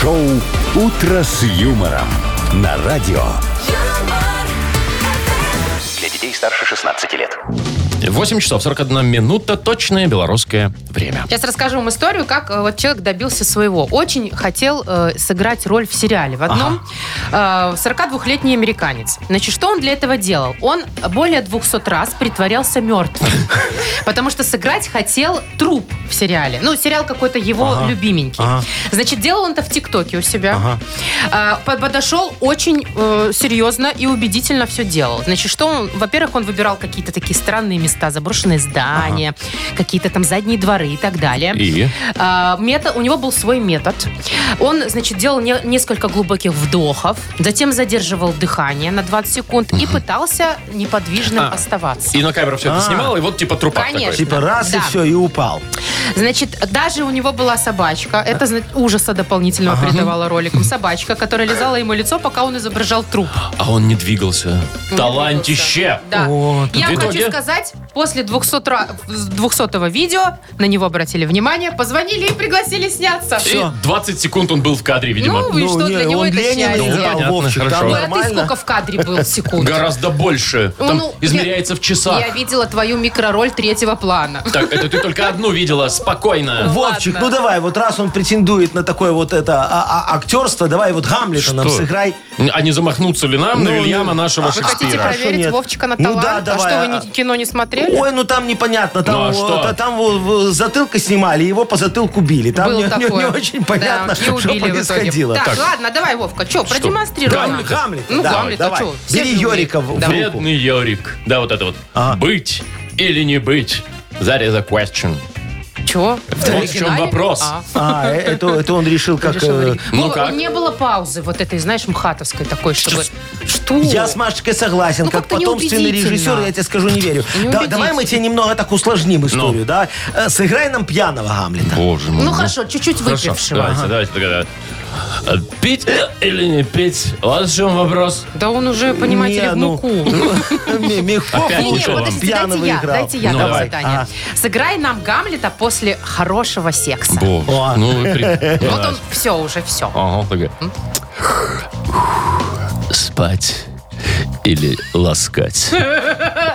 Шоу «Утро с юмором» на радио.
юмор,
Для детей старше 16 лет.
8 часов 41 минута. Точное белорусское время.
Сейчас расскажу вам историю, как э, вот человек добился своего. Очень хотел э, сыграть роль в сериале. В одном э, 42-летний американец. Значит, что он для этого делал? Он более 200 раз притворялся мертвым. Потому что сыграть хотел труп в сериале. Ну, сериал какой-то его любименький. Значит, делал он это в ТикТоке у себя. А, под- Подошел очень э, серьезно и убедительно все делал. Значит, что он, во-первых, он выбирал какие-то такие странные места, заброшенные здания, какие-то там задние дворы и так далее.
И?
А, мето- у него был свой метод. Он, значит, делал не- несколько глубоких вдохов, затем задерживал дыхание на 20 секунд и пытался неподвижным
А.
оставаться.
И на камеру все это снимал, и вот типа трупак Лайфхак такой.
Конечно.
Типа раз и
Да.
все, и упал.
Значит, даже у него была собачка. Это зна- ужаса дополнительного придавала роликам. Собачка, которая лизала ему лицо, пока он изображал труп.
А он не двигался. Талантище!
Да.
Вот.
Я
В
вам
итоге?
хочу сказать, после 200 ра- 200-го видео на него обратили внимание, позвонили и пригласили сняться.
И 20 секунд он был в кадре, видимо.
Ну, и что
не,
для него
он
это
Ленина
счастье?
Ну,
играл,
понятно,
Вовчик, там
хорошо.
Ой, а ты
нормально.
сколько в кадре
<laughs>
был секунд?
Гораздо больше.
Ну,
Там
ну,
измеряется
я-
в часах.
Я видела твою микророль третьего плана.
Так, это ты только одну видела, спокойно.
Вовчик,
ладно.
ну давай, вот раз он претендует на такое вот это а- а- актерство, давай вот Гамлета нам
Что?
сыграй.
А не замахнутся ли нам на
Ну,
Вильяма
ну,
нашего
а
Вы хотите
Шекспира?
Хорошо,
проверить
нет.
Вовчика на
Ну да,
талант?
давай,
А что, вы
а-
ни- кино не смотрели?
Ой, ну там непонятно, там,
Ну, а
вот,
что?
а там вот, вот затылка снимали, его по затылку били. Там
Было
не, не- не
такое.
очень
Да,
понятно,
и
что
убили в итоге.
происходило.
Так, ладно, давай, Вовка, что, продемонстрируй.
Гамлет?
нам.
Гамлет,
Ну,
давай,
Гамлет, а
давай.
что? все же
Бери
умеют.
Ёрика в-
Давай.
в руку.
Бедный Йорик. Да, вот это вот.
А.
Ага.
Быть или не быть? That is a question.
Чё?
Вот в чем
оригинале?
вопрос.
А,
А, э, это, это он решил, как...
решил
э,
Рик.
ну
Вова,
как?
Не было паузы вот этой, знаешь, мхатовской такой, чтобы... Что?
Я с Машечкой согласен,
Ну,
как
как-то
потомственный
неубедительно.
режиссер, я тебе скажу, не верю.
Неубедительно.
Да, давай мы тебе немного так усложним
Ну.
историю, да? Э, Сыграй нам пьяного Гамлета.
Боже мой.
Ну хорошо, чуть-чуть
Хорошо,
выпившего.
давайте, давайте тогда. А, Пить или не пить? Вот в чем вопрос.
Да он уже, понимаете
Не,
ли, в
ну, <laughs>
муку.
Ми- Мягков
Опять
лучше
ничего вам.
вам
подождите,
пьяного
дайте я,
играл.
дайте я
Ну,
дам
давай.
задание.
А.
Сыграй нам Гамлета после хорошего секса.
Боже,
О.
ну вы при-
Вот он все уже, все.
Ага, такая. Спать или <laughs> ласкать?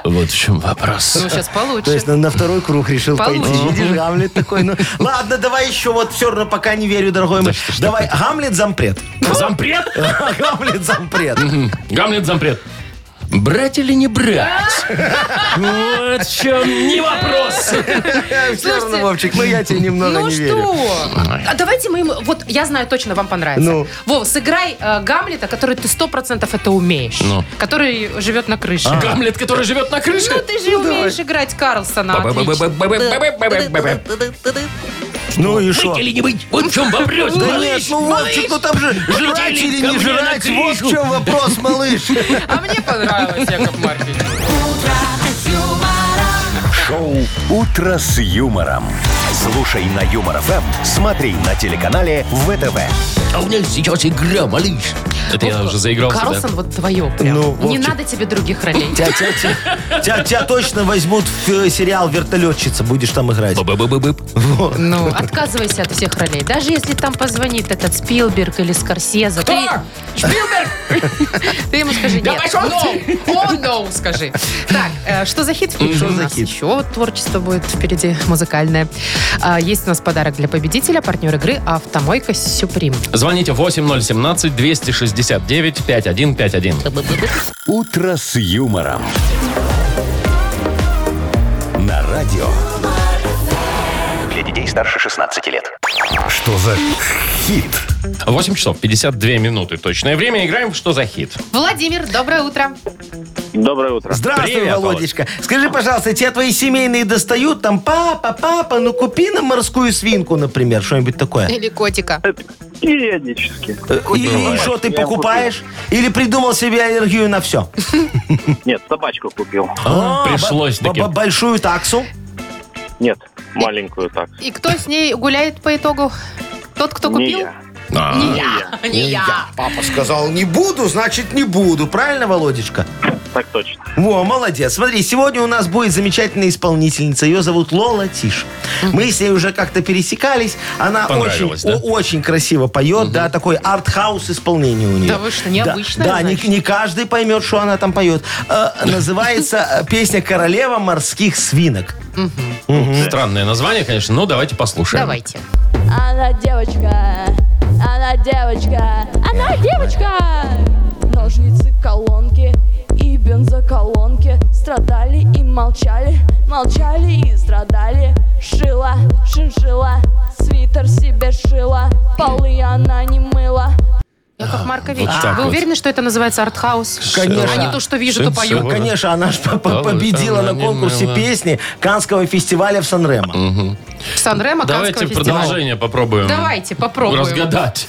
Вот в чем вопрос.
Ну, сейчас
То
получше.
есть на, на второй круг решил
Получше.
пойти. Видишь, Гамлет такой. Ну, ладно, давай еще вот все равно пока не верю, дорогой мой.
что ж
Давай, Гамлет зампред. <laughs>
Зампред?
Гамлет зампред.
Гамлет зампред. Брать или не брать? Вот в чем не вопрос.
Все равно,
Слушайте,
Вовчик, ну я тебе немного
Ну
не верю.
что? А давайте мы... им- Вот я знаю точно, вам понравится.
Ну.
Вова, сыграй э, Гамлета, который ты сто процентов это умеешь.
Ну.
Который живет на крыше.
А.
Гамлет, который живет на
Ну,
крыше?
ты же умеешь играть
Ну,
Карлсона. отлично.
Быть
Ну и что?
или не быть? Вот в чем вопрос,
Да
малыш.
нет, ну
Малыш,
Вовчик, ну там же жрать
Летели
или
ко
не
мне на
жрать, вот
крышу.
в чем вопрос, малыш.
А мне понравилось, Яков Маркович.
Шоу «Утро с юмором». Слушай на Юмор ФМ, смотри на телеканале ВТВ.
А у меня сейчас игра, малыш. Это я
Вовка,
уже заигрался, да?
Карлсон вот твое прям.
Ну,
Не
Вовчик.
надо тебе других ролей.
Тебя- тебя- тебя- Тебя тебя точно возьмут в э, сериал «Вертолетчица», будешь там играть.
Ба-ба-ба-ба-бып.
Ну, отказывайся от всех ролей. Даже если там позвонит этот Спилберг или Скорсезе. Кто? <laughs> Ты ему скажи нет. No. О, no, скажи. Так, э, что за хит впереди
Что
у
за
нас?
хит?
Еще вот творчество будет впереди, музыкальное. А, Есть у нас подарок для победителя, партнер игры «Автомойка Сюприм».
Звоните 8017-269-5151.
«Утро с юмором». На радио.
Для детей старше 16 лет.
Что за хит?
8 часов 52 минуты. Точное время. Играем в «Что за хит?»
Владимир, доброе утро.
Доброе утро.
Здравствуй,
Привет,
Володечка. Скажи, пожалуйста, тебе твои семейные достают? Там, папа, папа, ну купи нам морскую свинку, например, что-нибудь такое.
Или котика.
Периодически.
Э, И и что, ты
Я
покупаешь? Или придумал себе аллергию на <laughs> все?
Нет, собачку купил.
А?
А,
Пришлось таки.
Большую таксу?
Нет, маленькую так.
И кто с ней гуляет по итогу? Тот, кто
Не
купил?
я.
А,
Не я. Не я.
Папа сказал, не буду, значит не буду. Правильно, Володечка?
Так точно.
Во, молодец. Смотри, сегодня у нас будет замечательная исполнительница. Ее зовут Лола Тиш. Мы с ней уже как-то пересекались. Она очень,
Понравилось, да?
о- очень красиво поет. Да, такой арт-хаус исполнение у нее.
Да вы что, необычное,
Да, да, не,
значит?
не каждый поймет, что она там поет. Э, называется э, песня «Королева морских свинок».
Странное название, конечно. Ну, давайте послушаем.
Давайте.
Она девочка, она девочка, она девочка! Ножницы, колонки и бензоколонки Страдали и молчали, молчали и страдали Шила, шиншила, свитер себе шила Полы она не мыла
Яков Маркович,
вот так
вы
вот.
уверены, что это называется артхаус?
Конечно.
А не то, что вижу, то
Сенсация.
пою.
Ой.
Конечно, она же
Да, вот
победила
она
на
не
конкурсе
мыла.
песни Канского фестиваля в Сан-Ремо.
Сан-Ремо
Давайте
Каннского фестиваля.
продолжение попробуем.
Давайте, попробуем. <laughs>
Разгадать.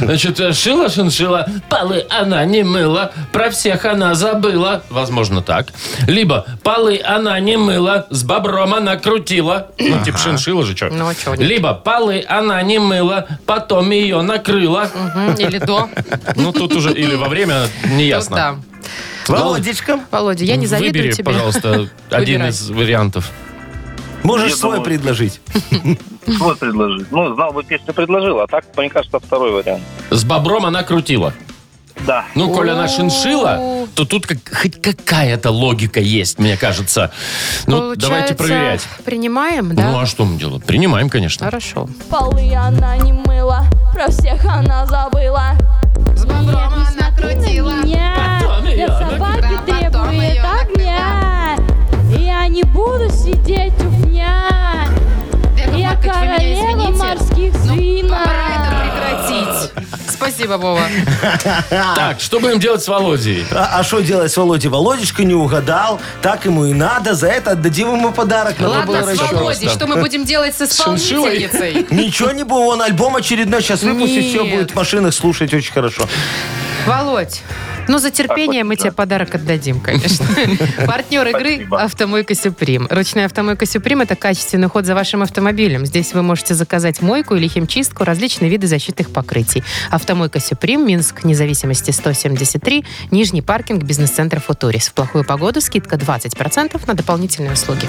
Значит, э, шила шиншила, полы она не мыла, про всех она забыла. Возможно, так. Либо полы она не мыла, с бобром она крутила. Ну, типа шиншила же, что?
Ну, а чё нет?
Либо полы она не мыла, потом ее накрыла.
Мгм, Или до.
Ну, тут уже или во время,
Тут да.
неясно.
Володечка,
Володя, я не завидую
Ну, Выбери,
тебе. <laughs>
пожалуйста, один
Выбирай.
из вариантов.
можешь
Я
свой
думаю-
предложить?
Свой предложил. Ну, знал бы песню, предложил. А так, мне кажется, второй вариант.
С бобром она крутила.
Да.
Ну, коль она
О.
шиншила, то тут как, хоть какая-то логика есть, мне кажется. Ну,
Получается,
давайте проверять.
Принимаем,
Ну,
да?
а что мы делаем? Принимаем, конечно.
Хорошо.
Полы она не мыла, про всех она забыла.
С бобром
Нет, не смотри на меня,
Потом её
я собаки
накрыла. Потом
требует
её
огня. Я не буду сидеть у меня.
Яков
Я
Маркович, вы меня
королева
извините.
морских свинок.
Пора это прекратить. Спасибо, Вова.
Так, что будем делать с Володей?
А что делать с Володей? Володечка не угадал, так ему и надо. За это отдадим ему подарок. Надо было
Ладно, с
раньше.
Володей, что мы будем делать с
шиншиллой?
исполнительницей?
Ничего не было, он альбом очередной сейчас выпустит, все
Нет.
будет в машинах слушать очень хорошо.
Володь, ну за терпение мы тебе подарок отдадим, конечно. Партнер игры
Спасибо.
«Автомойка Сюприм». Ручная «Автомойка Сюприм» — это качественный ход за вашим автомобилем. Здесь вы можете заказать мойку или химчистку, различные виды защитных покрытий. «Автомойка Сюприм», Минск, независимости 173, Нижний паркинг, бизнес-центр «Футурис». В плохую погоду скидка 20% на дополнительные услуги.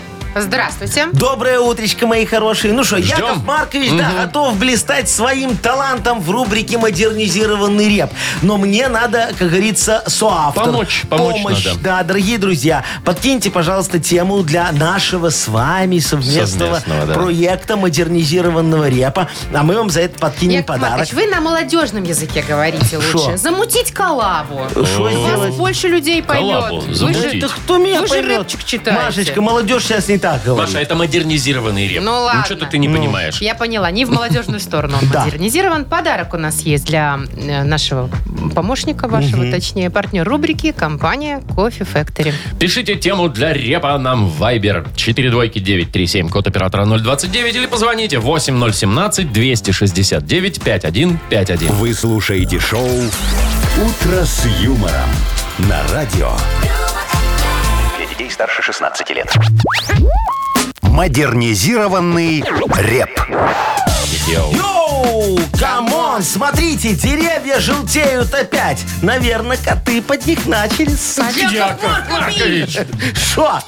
Здравствуйте.
Доброе утречко, мои хорошие. Ну что,
Ждем?
Яков Маркович, да,
Мгм.
готов блистать своим талантом в рубрике «Модернизированный реп». Но мне надо, как говорится, соавтор.
Помочь, помочь
Помощь,
надо.
да, дорогие друзья. Подкиньте, пожалуйста, тему для нашего с вами совместного,
Совместного, да.
проекта «Модернизированного репа». А мы вам за это подкинем
Яков
подарок.
Маркович, вы на молодежном языке говорите лучше.
Шо?
Замутить коллабу.
Что
У вас
сделать?
больше людей поймет.
Коллабу
Вы
замутить.
же...
Да кто меня
Вы же
поймет?
рэпчик читаете.
Машечка, молодежь сейчас не так говорит.
Маша, это модернизированный реп.
Ну ладно.
что-то ты не понимаешь.
Я поняла, не в молодежную сторону он
Да.
модернизирован. Подарок у нас есть для э, нашего помощника, вашего, точнее, партнер рубрики, компания Coffee Factory.
Пишите тему для репа нам в Viber 42937, код оператора 029, или позвоните 8017-269-5151.
Вы слушаете шоу «Утро с юмором» на радио.
Для детей старше 16 лет.
Модернизированный реп.
Йоу.
Йоу, Ну, камон, смотрите, деревья желтеют опять. Наверное, коты под них начали ссать.
Яков Маркович!
Шо?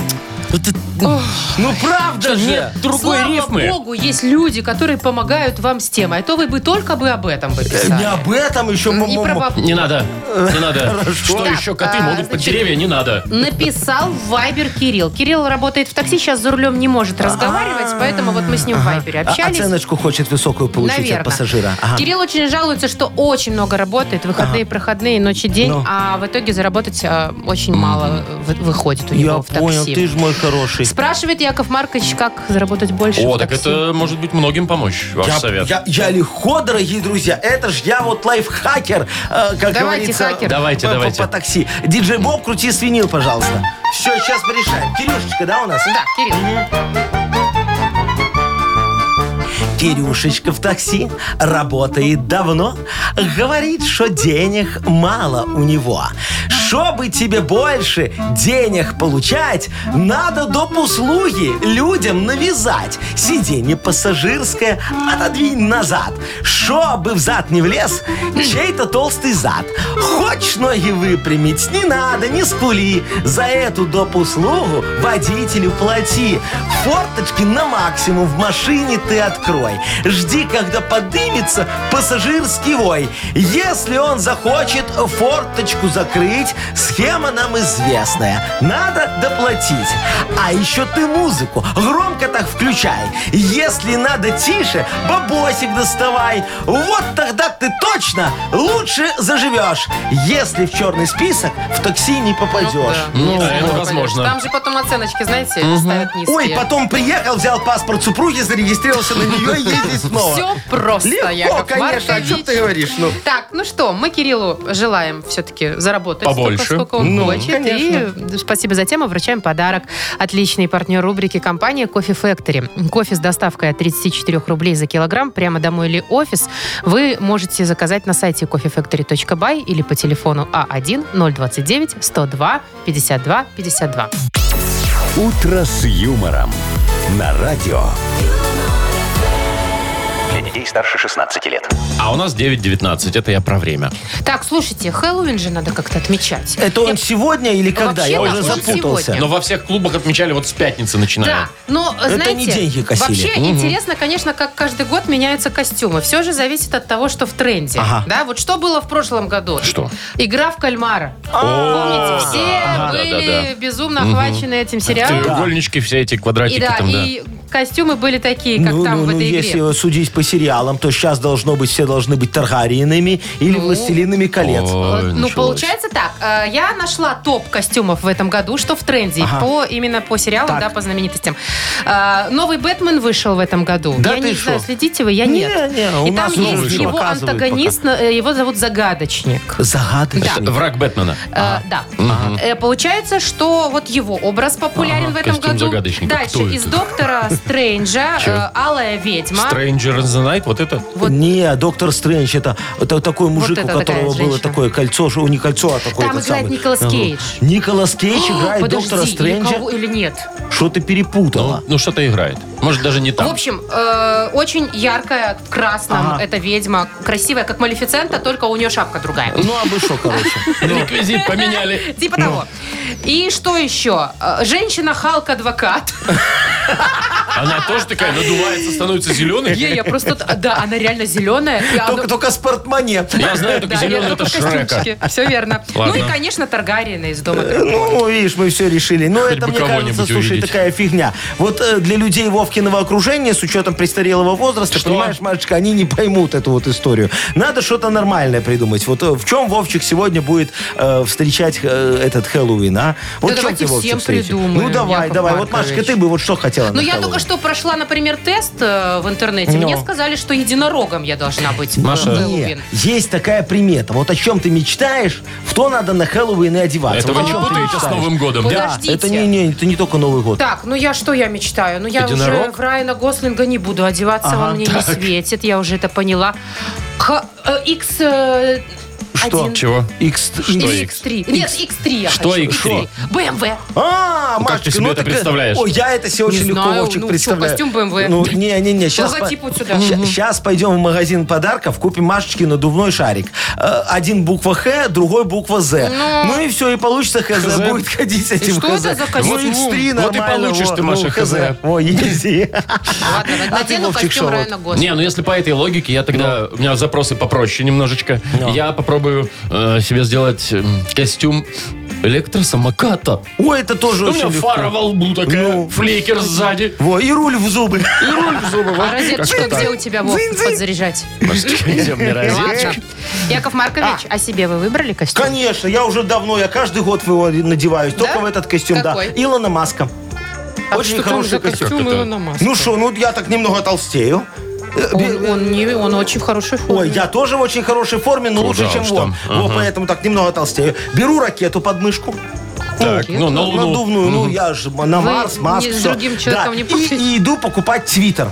Ну правда же.
Нет другой
Слава
рифмы.
богу, есть люди, которые помогают вам с темой. А то вы бы только бы об этом бы писали.
Не об этом еще.
И про
м-м-м.
баб-
Не надо, не надо. Что
Так,
еще коты
а,
могут под
значит,
деревья? Не надо.
Написал в Вайбер Кирилл. Кирилл работает в такси, сейчас за рулем не может разговаривать, поэтому вот мы с ним в Вайбере
А-
общались.
Оценочку хочет высокую получить
Наверное.
от пассажира. Ага.
Кирилл очень жалуется, что очень много работает, выходные, проходные, ночи, день,
Ну.
а в итоге заработать э, очень мало вы- выходит у него
Я
в
понял,
такси.
ты же мой хороший.
Спрашивает Яков Маркович, как заработать больше
О,
в
так
такси.
это может быть многим помочь, ваш
Я,
совет.
я- я легко, дорогие друзья. Это ж я вот лайфхакер, э, как
Давайте,
говорится.
хакер.
Давайте,
по- по-
давайте.
По такси. Диджей Боб, крути свинил, пожалуйста. Все, сейчас мы решаем. Кирюшечка, да, у нас?
Да, Кирилл.
Кирюшечка в такси работает давно. Говорит, что денег мало у него. Чтобы тебе больше денег получать, надо доп. услуги людям навязать. Сиденье пассажирское отодвинь назад. Чтобы в зад не влез, чей-то толстый зад. Хочешь ноги выпрямить, не надо, не скули. За эту доп. услугу водителю плати. Форточки на максимум в машине ты открой. Жди, когда подымется пассажирский вой. Если он захочет форточку закрыть, Схема нам известная. Надо доплатить. А еще ты музыку громко так включай. Если надо тише, бабосик доставай. Вот тогда ты точно лучше заживешь. Если в черный список, в такси не попадешь.
Ну, да, это
Конечно.
возможно.
Там же потом оценочки, знаете, ставят низкие.
Ой, потом приехал, взял паспорт супруги, зарегистрировался на нее и ездит снова.
Все просто,
Легко,
Яков
конечно. О
Маркович.
чем ты говоришь? Ну,
Так, ну что, мы Кириллу желаем все-таки заработать
Побольше.
столько, сколько он
Ну,
хочет.
конечно.
И спасибо за тему, вручаем подарок. Отличный партнер рубрики компания Кофе Factory. Кофе с доставкой от 34 рублей за килограмм прямо домой или офис вы можете заказать на сайте coffeefactory.by или по телефону А А1 029 102 52 52.
«Утро с юмором» на радио.
Для детей старше 16 лет.
А у нас 9.19, это я про время.
Так, слушайте, Хэллоуин же надо как-то отмечать.
это он сегодня или когда? Я
ну, вообще
уже
он
запутался. Ну,
сегодня.
Но во всех клубах отмечали вот с пятницы
Да,
начиная.
но,
Это
знаете,
не деньги косили.
вообще интересно, конечно, как каждый год меняются костюмы. Все же зависит от того, что в тренде.
Ага.
Да, вот что было в прошлом году?
Что?
Игра в кальмара.
А.
О,
Помните, все
да, да,
были
да, да.
безумно охвачены этим сериалом.
угу.
Треугольнички, все эти
И
квадратики
да,
там, да.
и костюмы были такие, как
ну,
там
ну,
в
ну,
этой игре.
если судить по сериалам, то сейчас должно быть, все должны быть Таргариенами
Ну.
или Властелинами колец.
Ой,
Вот, ну,
началось.
получается так. э, Я нашла топ костюмов в этом году, что в тренде.
Ага.
По, именно по сериалам,
Так.
да, по знаменитостям. Э, Новый Бэтмен вышел в этом году.
Да
я
ты
не
шо?
знаю, следите вы, я
Не,
нет.
не, у
И
нас
там
уже
есть
вышел.
его
Показывают
антагонист, э, его зовут Загадочник.
Загадочный.
Это Враг Бэтмена.
Э, да. Э, Получается, что вот его образ популярен
Ага,
в этом
костюм
году.
загадочника.
Дальше
Кто
из
это?
<laughs>
доктора Стрэнджа
Чё?
э, Алая ведьма.
Stranger in the Night, вот это?
Вот.
Не, а доктор Стрэндж, это, это такой мужик,
это
у которого
такая
было
женщина.
такое кольцо, что не кольцо, а такое.
Там
этот
играет
самый.
Николас
Ага.
Кейдж.
Николас Кейдж играет
Подожди,
доктора
или кого-
Стрэнджа.
или нет?
Что ты перепутала?
Ну, что-то играет. Может, даже не
В
там.
общем, э, очень яркая в красном эта ведьма, красивая, как Малефицента, только у нее шапка другая.
Ну, а вы что, короче?
Реквизит поменяли.
Типа того. И что еще? Э, Женщина-Халк-адвокат. <laughs>
Она тоже такая надувается, становится
Е,
зеленой.
я просто... Да, она реально зеленая. и она-
Только, только спортмане.
Я знаю, только
Да, я
зеленый это
только
Шрека.
костюмчики. Все верно.
Ладно.
Ну и, конечно, Таргариена из дома. Крови.
Ну, видишь, мы все решили. Но это,
бы
мне
кого-нибудь
кажется, слушай,
увидеть.
такая фигня. Вот э, для людей Вовкиного окружения, с учетом престарелого возраста,
Что?
понимаешь, Машечка, они не поймут эту вот историю. Надо что-то нормальное придумать. Вот э, в чем Вовчик сегодня будет э, встречать э, этот Хэллоуин, а? Вот
Да
в чем
давайте
ты, Вовчик,
всем
встретишь?
придумаем,
Ну, давай,
Яков
давай. Вот,
Маркович.
Машечка, ты бы вот что хотела
Ну, я только что прошла, например, тест э, в интернете. Мне
Ну.
сказали, что единорогом я должна быть.
Маша.
в
Нет,
Хэллоуин.
есть такая примета. Вот о чем ты мечтаешь, в то надо на Хэллоуин и одеваться.
Это вы
вот о
не
чем
ну,
ты
путаете с
мечтаешь.
Новым годом, да?
Подождите.
Это не, не, это не только Новый год.
Так, ну я что я мечтаю? Ну я уже
Единорог?
в Райана Гослинга не буду одеваться, он мне не светит, я уже это поняла. Х, э, X... э,
Что?
один.
Чего?
X,
Что
Или
X?
X3. Нет, X3 я
Что
хочу.
X3?
BMW.
А,
Ну, как
Машечка,
ты себе это
так, э,
представляешь?
Ой, я это себе
Не
очень легко,
знаю,
Вовчик,
ну,
представляю.
чё, костюм BMW.
Ну, не-не-не, сейчас...
Логотип вот сюда. Мгм.
Сейчас пойдем в магазин подарков, купим Машечке надувной шарик. Э, Один буква Х, другой буква З. Ну и все, и получится ХЗ.
«Хз».
Будет ходить с этим
что
ХЗ.
это за костюм?
Ну, X3
Вот и
нормально.
получишь
вот,
ты, Маша,
ну,
«Хз». <laughs>
Ой, ези.
Ладно,
А ты,
надену
Вовчик,
костюм
что,
Райана Гослинга.
Не, ну если по этой логике, я тогда...
Ну.
У меня запросы попроще немножечко. Я попробую э, себе сделать эм, костюм электросамоката.
Ой, это тоже
Ну,
Ну,
У меня
очень
фара
легко.
во лбу такая,
Ну.
флейкер сзади.
Во, и руль в зубы.
А розеточка где у тебя, Вов,
Дзынь-дзынь.
подзаряжать? <laughs>
Где мне розетки?
Ладно. Яков Маркович, а себе вы выбрали костюм?
Конечно, я уже давно, я каждый год в его надеваюсь. Только
Да?
в этот костюм,
Какой?
да. Илона Маска.
А
Очень
что там
хороший
за
костюм.
костюм
это.
Илона Маска?
Ну что, ну я так немного толстею. Э, бе-
Он, он не, он очень в хорошей форме.
Ой, я тоже в очень хорошей форме, но
Куда
лучше, чем
уж
он.
там.
Вот
Ага.
поэтому так немного толстею. Беру ракету под мышку.
Так, ну, на Луну.
Надувную, ну я же на Марс,
не
Маск.
с
всё.
другим человеком
Да,
не
и-
путаете.
И иду покупать твиттер.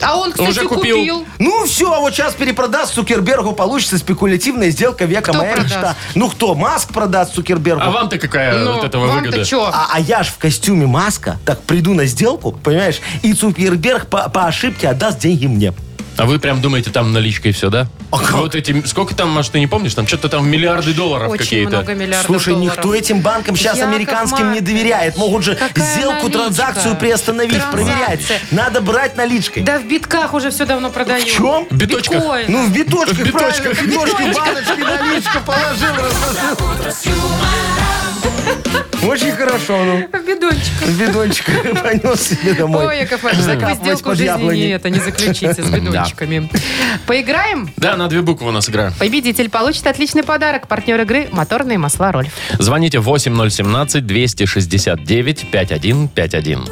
А он, кстати,
Уже купил.
купил.
Ну все, вот сейчас перепродаст Цукербергу, получится спекулятивная сделка века
Кто
моя
продаст?
мечта. Ну кто, Маск продаст Цукербергу?
А вам-то какая
Ну,
от этого выгода?
вам-то что?
А, а я ж в костюме Маска, так приду на сделку, понимаешь, и Цукерберг по, по ошибке отдаст деньги мне.
А вы прям думаете, там наличкой все, да? Вот эти, сколько там, Маш, ты не помнишь? Там что-то там миллиарды долларов
А Очень
какие-то.
много миллиардов
Слушай,
долларов.
никто этим банкам сейчас
Яков
американским
Маркович,
не доверяет. Могут же
какая
сделку,
наличка?
транзакцию приостановить,
Транзакция.
проверять. Надо брать наличкой.
Да в битках уже все давно продают.
В чем?
В биточках.
Биткоин.
Ну, в биточках,
В биточках.
правильно, в биточки, баночки, наличку положил, разложил.
Утро с юмором.
Очень хорошо,
<laughs>
ну.
Бедончик.
С бедончика понес себе домой.
Ой, Яков Маркович, такую
Капать
сделку в
под
жизни
яблони.
не это, не заключите с бедончиками. Поиграем?
Да, на две буквы у нас игра.
Победитель получит отличный подарок. Партнер игры «Моторные масла Рольф».
Звоните 8017-269-5151.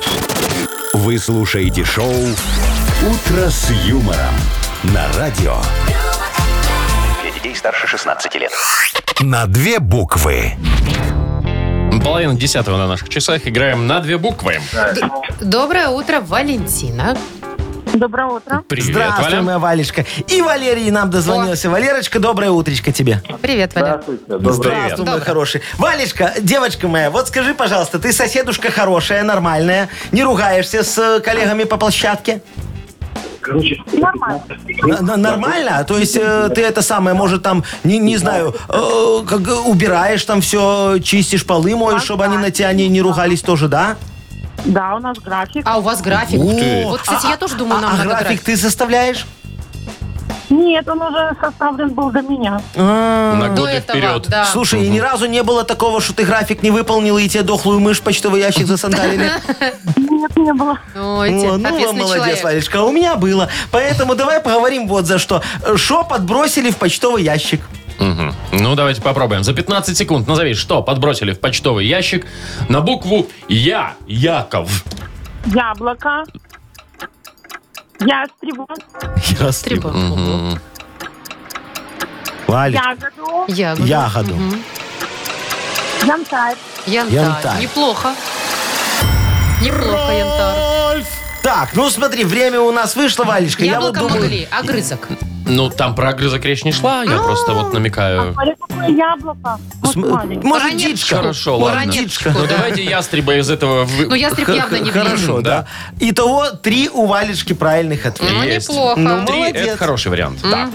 Вы слушаете шоу «Утро с юмором» на радио.
Для детей старше 16 лет.
На две буквы.
Половина десятого на наших часах. Играем на две буквы.
Доброе утро, Валентина.
Доброе утро.
Привет,
Здравствуй,
Валя.
моя Валечка. И Валерий нам дозвонился. Валерочка, доброе утречко тебе.
Привет, Валер.
Здравствуй, мой А, хороший. Валечка, девочка моя, вот скажи, пожалуйста, ты соседушка хорошая, нормальная, не ругаешься с э, коллегами по площадке?
Нормально.
Н- н- Нормально? То есть э, ты это самое, может, там, не, не знаю, э, как э, убираешь там все, чистишь полы моешь, чтобы они на тебя не, не ругались тоже, да?
Да, у нас график.
А у вас график?
Ух ты.
Вот, кстати, я тоже думаю,
а,
Ну, нам
а
надо
график
график.
ты составляешь?
Нет, он уже составлен был до меня.
На
До
годы
этого,
вперед.
Ну, да.
А, Слушай, и ни разу не было такого, что ты график не выполнила, и тебе дохлую мышь в почтовый ящик засандалили.
Нет, не было.
Ой,
Ну,
те-
ну,
ответственный
молодец,
человек.
Валечка, а у меня было. Поэтому давай поговорим вот за что. Шо подбросили в почтовый ящик?
Мгм. Ну, давайте попробуем. За 15 секунд назови, что подбросили в почтовый ящик на букву Я, Яков.
Яблоко. Ястребу.
Трибун.
Валечка,
Ягоду.
Ягода.
ягоду.
Янтарь.
Янтарь.
Янтарь.
Неплохо. Неплохо, янтарь.
Так, ну смотри, время у нас вышло, Валечка. Я вот
Яблоко
думаю...
могли, огрызок.
Ну, там про огрызок речь не шла,
Ну,
я просто вот
а
намекаю.
Смотри, какое яблоко. Вот
См-
маленькое.
Может,
Ранеточку.
дичка?
Хорошо,
Может,
ладно.
дичка?
Ну,
да.
давайте ястреба из этого... вы-
Ну, ястреб явно не
Хорошо,
блин.
да. Итого три у Валечки правильных ответа.
Ну,
Есть.
неплохо.
Ну,
Три –
молодец.
это хороший вариант. Да.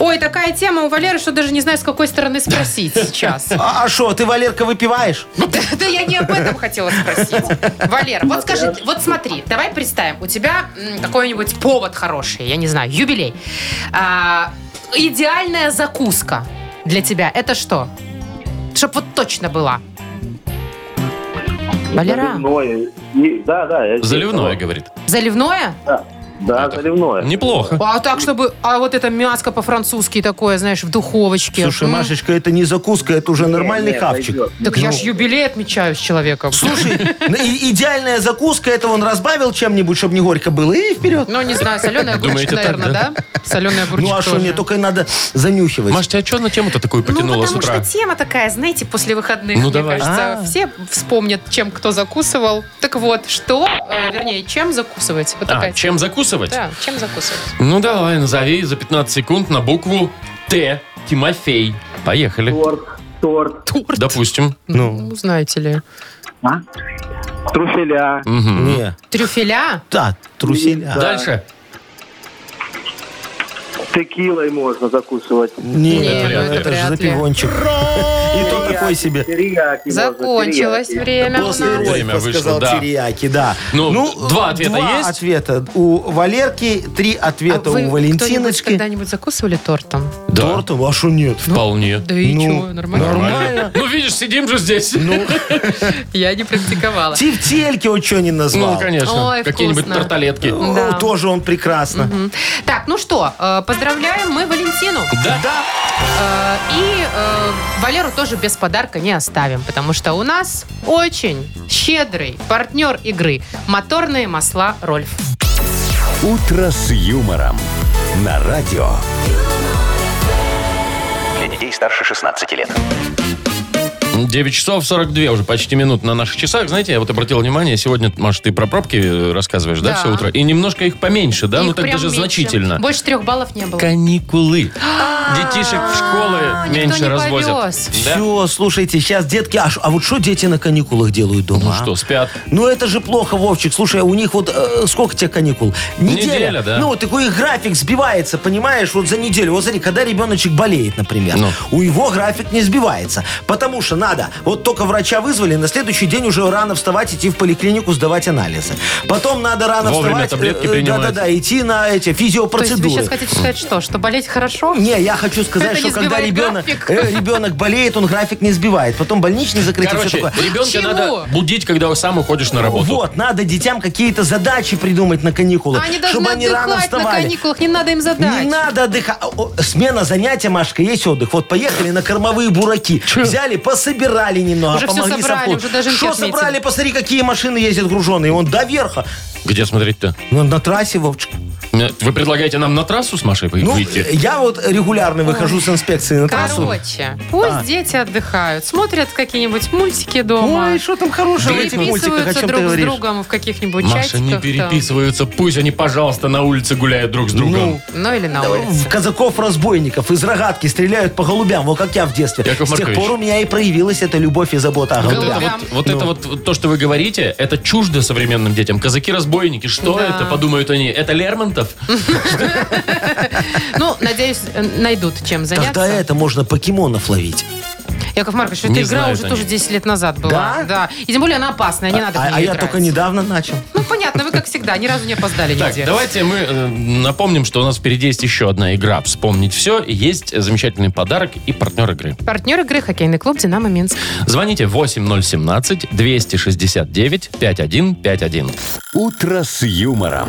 Ой, такая тема у Валеры, что даже не знаю, с какой стороны
<laughs>
спросить сейчас.
А что, ты, Валерка, выпиваешь?
Да да я не об этом хотела спросить. Валера, вот скажи, вот смотри, давай представим, у тебя м, какой-нибудь повод хороший, я не знаю, юбилей. А, Идеальная закуска для тебя, это что? Чтоб вот точно была. Валера,
Заливное. И- Да, да. я здесь.
Заливное, говорит.
заливное?
Да, заливное.
Неплохо.
А так, чтобы... А вот это мяско по-французски такое, знаешь, в духовочке.
Слушай,
М.
Машечка, это не закуска, это уже нормальный хавчик.
Так я ж
ну
юбилей отмечаю с человеком.
Слушай, ну, и- идеальная закуска, это он разбавил чем-нибудь, чтобы не горько было, и вперед.
Ну, не знаю,
<laughs>
соленый огурчик,
Думаете, так,
наверное, да? Соленый огурчик
Ну а что,
тоже.
мне только надо занюхивать.
Маш, тебя что на тему-то такую
ну,
потянула с
потому
утра?
что тема такая, знаете, после выходных,
Ну,
мне
давай.
кажется,
А.
все вспомнят, чем кто закусывал. Так вот, что, э, вернее, чем закусывать? Вот
А,
такая
чем закусывать?
тема. Да, чем закусывать?
Ну давай, назови за 15 секунд на букву Т. Тимофей. Поехали.
Торт, торт,
Торт.
Допустим.
Ну, знаете ли.
труселя.
Мгм.
Не.
Трюфеля?
Да, труселя.
Дальше.
Текилой можно закусывать.
Не,
Не,
ну это
это
вряд
же
ли.
запивончик. И то такой себе.
Терияки можно,
Закончилось
терияки.
время у
После
нас.
Время
Время
вышло,
сказал
да.
терияки, да.
Ну, два ответа
два
есть?
ответа. У Валерки, три
А
ответа
вы
у
кто-нибудь
Валентиночки.
когда-нибудь закусывали тортом?
Да.
Тортом? А что нет?
Вполне.
Да и
Ну,
чё, нормально. Ну,
Ну, видишь, сидим же здесь.
Я не практиковала.
Ти в тельке вот что не назвал.
Ну, конечно.
Ой,
Какие-нибудь
вкусно.
тарталетки.
О,
Да.
Тоже он прекрасно.
Так, ну что, э, поздравляем мы Валентину.
Да?
Э, И э, Валеру тоже без подарка не оставим, потому что у нас очень щедрый партнер игры «Моторные масла Рольф».
«Утро с юмором» на радио.
Для детей старше 16 лет.
9 часов 42 уже почти минут на наших часах. Знаете, я вот обратил внимание, сегодня, Маш, ты про пробки э, рассказываешь, да,
Да.
все утро? И немножко их поменьше, да? ну,
Их
так
прям
даже
меньше.
значительно.
Больше трех баллов не было.
Каникулы. Детишек в
А,
школы
никто
меньше
не
развозят.
повез.
Да?
Все, слушайте, сейчас детки... А, ш- а вот что дети на каникулах делают дома?
Ну
а?
что, спят?
Ну это же плохо, Вовчик. Слушай, у них вот э, сколько тебе каникул? Неделя.
Неделя, да.
Ну, вот такой их график сбивается, понимаешь, вот за неделю. Вот смотри, когда ребеночек болеет, например,
Ну.
у его график не сбивается. Потому что надо надо. Вот только врача вызвали, на следующий день уже рано вставать, идти в поликлинику, сдавать анализы. Потом надо рано
Вовремя
вставать.
таблетки
э, э,
принимать.
Да-да-да, идти на эти
То есть вы
физиопроцедуры.
сейчас хотите сказать что? Что болеть хорошо?
Не, я хочу
Это
сказать, что
не
когда
сбивает
ребенок,
график.
э, ребенок болеет, он график не сбивает. Потом больничный закрыть и все
Короче,
такое.
ребенка
Чего?
надо будить, когда сам уходишь на работу.
Вот, надо детям какие-то задачи придумать на каникулы,
Они должны
чтобы они рано
отдыхать на
вставали.
каникулах, не надо им задать.
Не надо отдыхать. Смена занятия, Машка, есть отдых. Вот поехали на кормовые бураки. Взяли, пособирали немного,
Уже всё
помогли
собрали,
совхозу.
уже даже не
Что
отметили.
собрали? Посмотри, какие машины ездят груженые. Он до верха.
Где смотреть-то? Э,
Ну, на трассе, Вовчик.
Вы предлагаете нам на трассу с Машей
Ну,
выйти?
я вот регулярно выхожу с инспекции на трассу.
Короче, пусть дети отдыхают, смотрят какие-нибудь мультики дома,
Ой, что там хорошего в этих мультиках, о
переписываются
чем
друг
ты
с
говоришь?
другом в каких-нибудь
Маша, не
чатиках. там.
переписываются. Пусть они, пожалуйста, на улице гуляют друг с другом.
Ну или на
Э, В
улице.
казаков-разбойников из рогатки стреляют по голубям, вот как я в детстве.
Яков
С тех
Маркович.
пор у меня и проявилась эта любовь и забота о
Вот
голубях.
это
Голубям.
вот,
Ну.
вот это вот, вот то, что вы говорите, это чуждо современным детям. Казаки-разбойники, что
Да.
это, подумают они, это Лермонтов?
Ну, надеюсь, э, найдут чем заняться.
Тогда это можно покемонов ловить.
Яков Маркович, эта
Не
игра
знают
уже
они.
тоже 10 лет назад была.
Да?
И тем более она опасная, не надо в
а
нее
а я
играть.
только недавно начал.
Ну, понятно, вы как всегда, ни разу не опоздали
Так,
нигде.
давайте мы э, напомним, что у нас впереди есть еще одна игра «Вспомнить все». И есть замечательный подарок и партнер игры.
Партнер игры хоккейный клуб «Динамо Минск».
Звоните 8017-269-5151.
«Утро с юмором».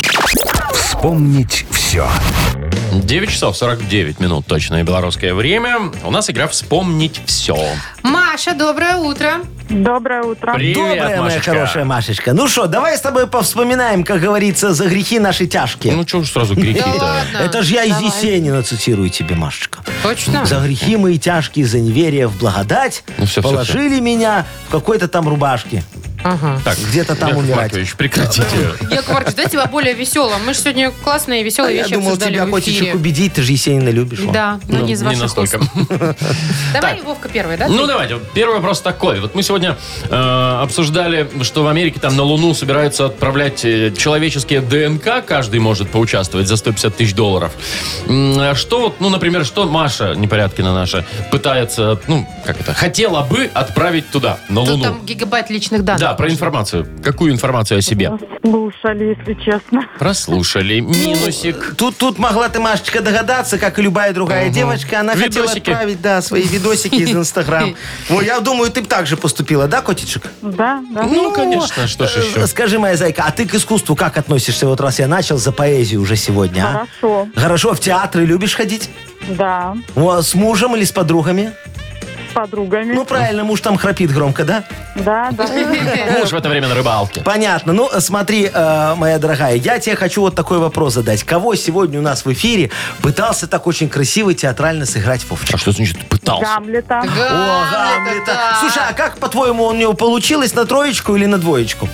Вспомнить все.
9 часов 49 минут точное белорусское время. У нас игра «Вспомнить все».
Маша, доброе утро.
Доброе утро.
Привет,
Добрая моя
Машечка.
хорошая Машечка. Ну что, давай с тобой повспоминаем, как говорится, за грехи наши тяжкие.
Ну, чего ж сразу крики-то?
Это же я из Есенина цитирую тебе, Машечка.
Точно?
За грехи мои тяжкие, за неверие в благодать
Ну, всё, всё,
положили меня в какой-то там рубашке.
Ага.
Так,
Где-то там
Яков
умирать.
Маркович, прекратите.
Яков Маркович, дайте тебя более веселым. Мы же сегодня классные и
А
веселые
я
вещи
думал,
обсуждали
тебя
в
хочешь
эфире.
убедить, ты же Есенина любишь. Вов.
Да, но Ну, не из
Ну, не
ваших уст.
настолько.
Давай,
Так.
Вовка, первый, да?
Ну,
ты?
давайте. Первый вопрос такой. Вот мы сегодня э, обсуждали, что в Америке там на Луну собираются отправлять э, человеческие ДНК. Каждый может поучаствовать за 150 тысяч долларов. М, а Что вот, ну, например, что Маша Непорядкина наша пытается, ну, как это, хотела бы отправить туда, на
Тут
Луну?
там гигабайт личных данных.
ну, Да, про информацию. Какую информацию о себе?
Слушали, если честно. <laughs>
Прослушали. Минусик.
Тут, тут могла ты, Машечка, догадаться, как и любая другая девочка. Она хотела
Видосики.
отправить да, свои видосики
<laughs>
из Инстаграм. Ну, я думаю, ты бы так же поступила, да, котичек?
Да, да.
Ну, конечно, что ж
Э,
еще.
Скажи, моя зайка, а ты к искусству как относишься? Вот раз я начал за поэзию уже сегодня, а?
Хорошо.
Хорошо, в театры любишь ходить?
Да.
О, с мужем или с подругами?
С подругами.
Ну, правильно, муж там храпит громко, да?
Да, да.
Э,
Муж в это время на рыбалке.
Понятно. Ну, смотри, э, моя дорогая, я тебе хочу вот такой вопрос задать. Кого сегодня у нас в эфире пытался так очень красиво и театрально сыграть Вовчик?
А что значит пытался?
Гамлета.
О,
Гамлета,
Гамлета.
да.
Слушай, а как, по-твоему, он у него получилось на троечку или на двоечку?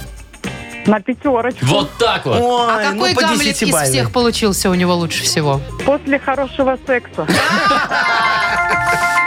На пятерочку.
Вот так вот.
Ой,
а какой
ну, по
Гамлет из
десятибалльной.
всех получился у него лучше всего?
После хорошего секса.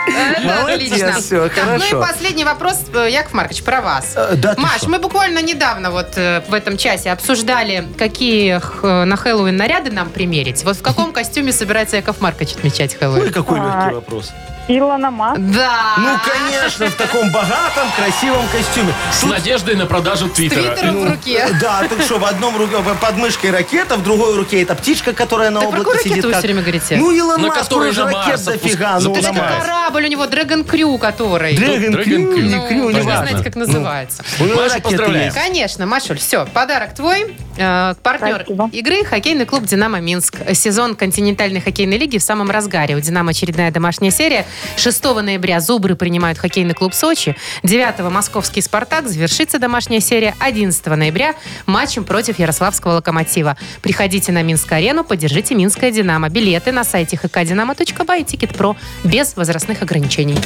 Это
Молодец,
отлично.
всё,
Так, Ну
хорошо.
и последний вопрос, э, Яков Маркович, про вас.
Э, да ты
Маш,
что?
мы буквально недавно вот э, в этом часе обсуждали, какие х- на Хэллоуин наряды нам примерить. Вот в каком костюме собирается Яков Маркович отмечать
Ой,
Хэллоуин?
какой
А.
легкий вопрос.
Илона Маск.
Да.
Ну, конечно, в таком богатом, красивом костюме.
С надеждой на продажу Твиттера. Ну,
Твиттером
Ну,
в руке.
Да, так что в одном руке под мышкой ракета, в другой руке эта птичка, которая на
Так про
облаке
какую
сидит.
ракету вы
как-
всё время говорите?
Ну, Илон
На
Маск,
которую
он же
на
ракет
Марс
дофига.
отпуск-
Ну,
Это
на
запускает.
Марс.
корабль у него, Dragon Crew который.
Дрэгон
Dragon
Крю,
Crew.
не
Ну,
Крю,
вы же
понятно.
не
знаете,
важно.
как называется.
У него
Маша,
ракеты
поздравляем.
Ну, есть.
Конечно, Машуль, все, подарок твой. Э, Партнер
Спасибо.
игры хоккейный клуб «Динамо Минск». Сезон континентальной хоккейной лиги в самом разгаре. У «Динамо» очередная домашняя серия. 6 ноября «Зубры» принимают хоккейный клуб «Сочи». 9 московский «Спартак» завершится домашняя серия. 11 ноября матчем против Ярославского «Локомотива». Приходите на Минск-арену, поддержите «Минское Динамо». Билеты на сайте hkdinamo.by и «Тикет.Про» без возрастных ограничений.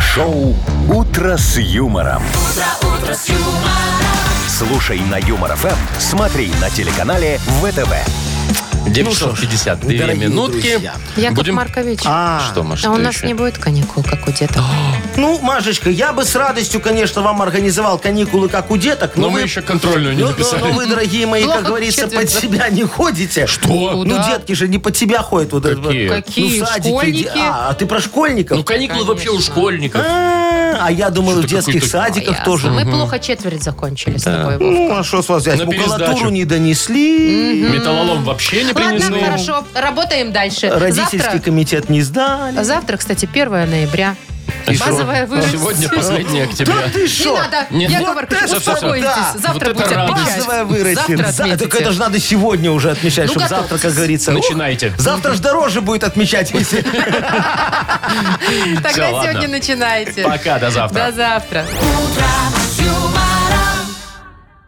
Шоу «Утро с юмором». Слушай на Юмор ФМ, смотри на телеканале ВТВ.
Ну что ж,
950, две
дорогие
минутки.
друзья.
Яков
Будем-
Маркович,
А,
Что, Маша,
а у
что
нас
еще?
не будет каникул, как у деток.
Ну, Машечка, я бы с радостью, конечно, вам организовал каникулы, как у деток.
Но мы
вы-
еще контрольную не
Ну, но-
написали.
но вы, дорогие мои, как
Плохо
говорится, под
четверо.
себя не ходите.
Что?
Ну,
Куда?
детки же не под себя ходят. Вот это вот.
Какие?
Какие?
Ну, садики.
Школьники?
А, а ты про школьников?
Ну, каникулы вообще у
Конечно.
школьников.
А, а я думал, в
Что-то
детских
какой-то-
садиках
Ясно.
тоже.
Мы плохо четверть закончили с тобой. Вов.
Ну, а что с вас взять?
На пересдачу.
Макулатуру не донесли,
Металлолом вообще не принесли.
Ну Ладно, хорошо, работаем дальше.
родительский
Завтра,
комитет не сдали.
завтра, кстати, 1 ноября.
И что?
Базовая выручка.
Сегодня последнее
Да
октября.
ты
Не
что?
надо,
Нет.
Яков
Вот
Маркович,
это да.
успокойтесь. Завтра
Вот это
будет
радость.
отмечать.
Базовая вырастет.
Завтра
За- Так это же
отметите.
надо сегодня уже отмечать,
Ну,
чтобы завтра, как
готовьтесь.
говорится. ух,
Начинайте.
Завтра же дороже будет отмечать. если-
Тогда
ладно.
сегодня начинайте.
Пока, до завтра.
До завтра.
утро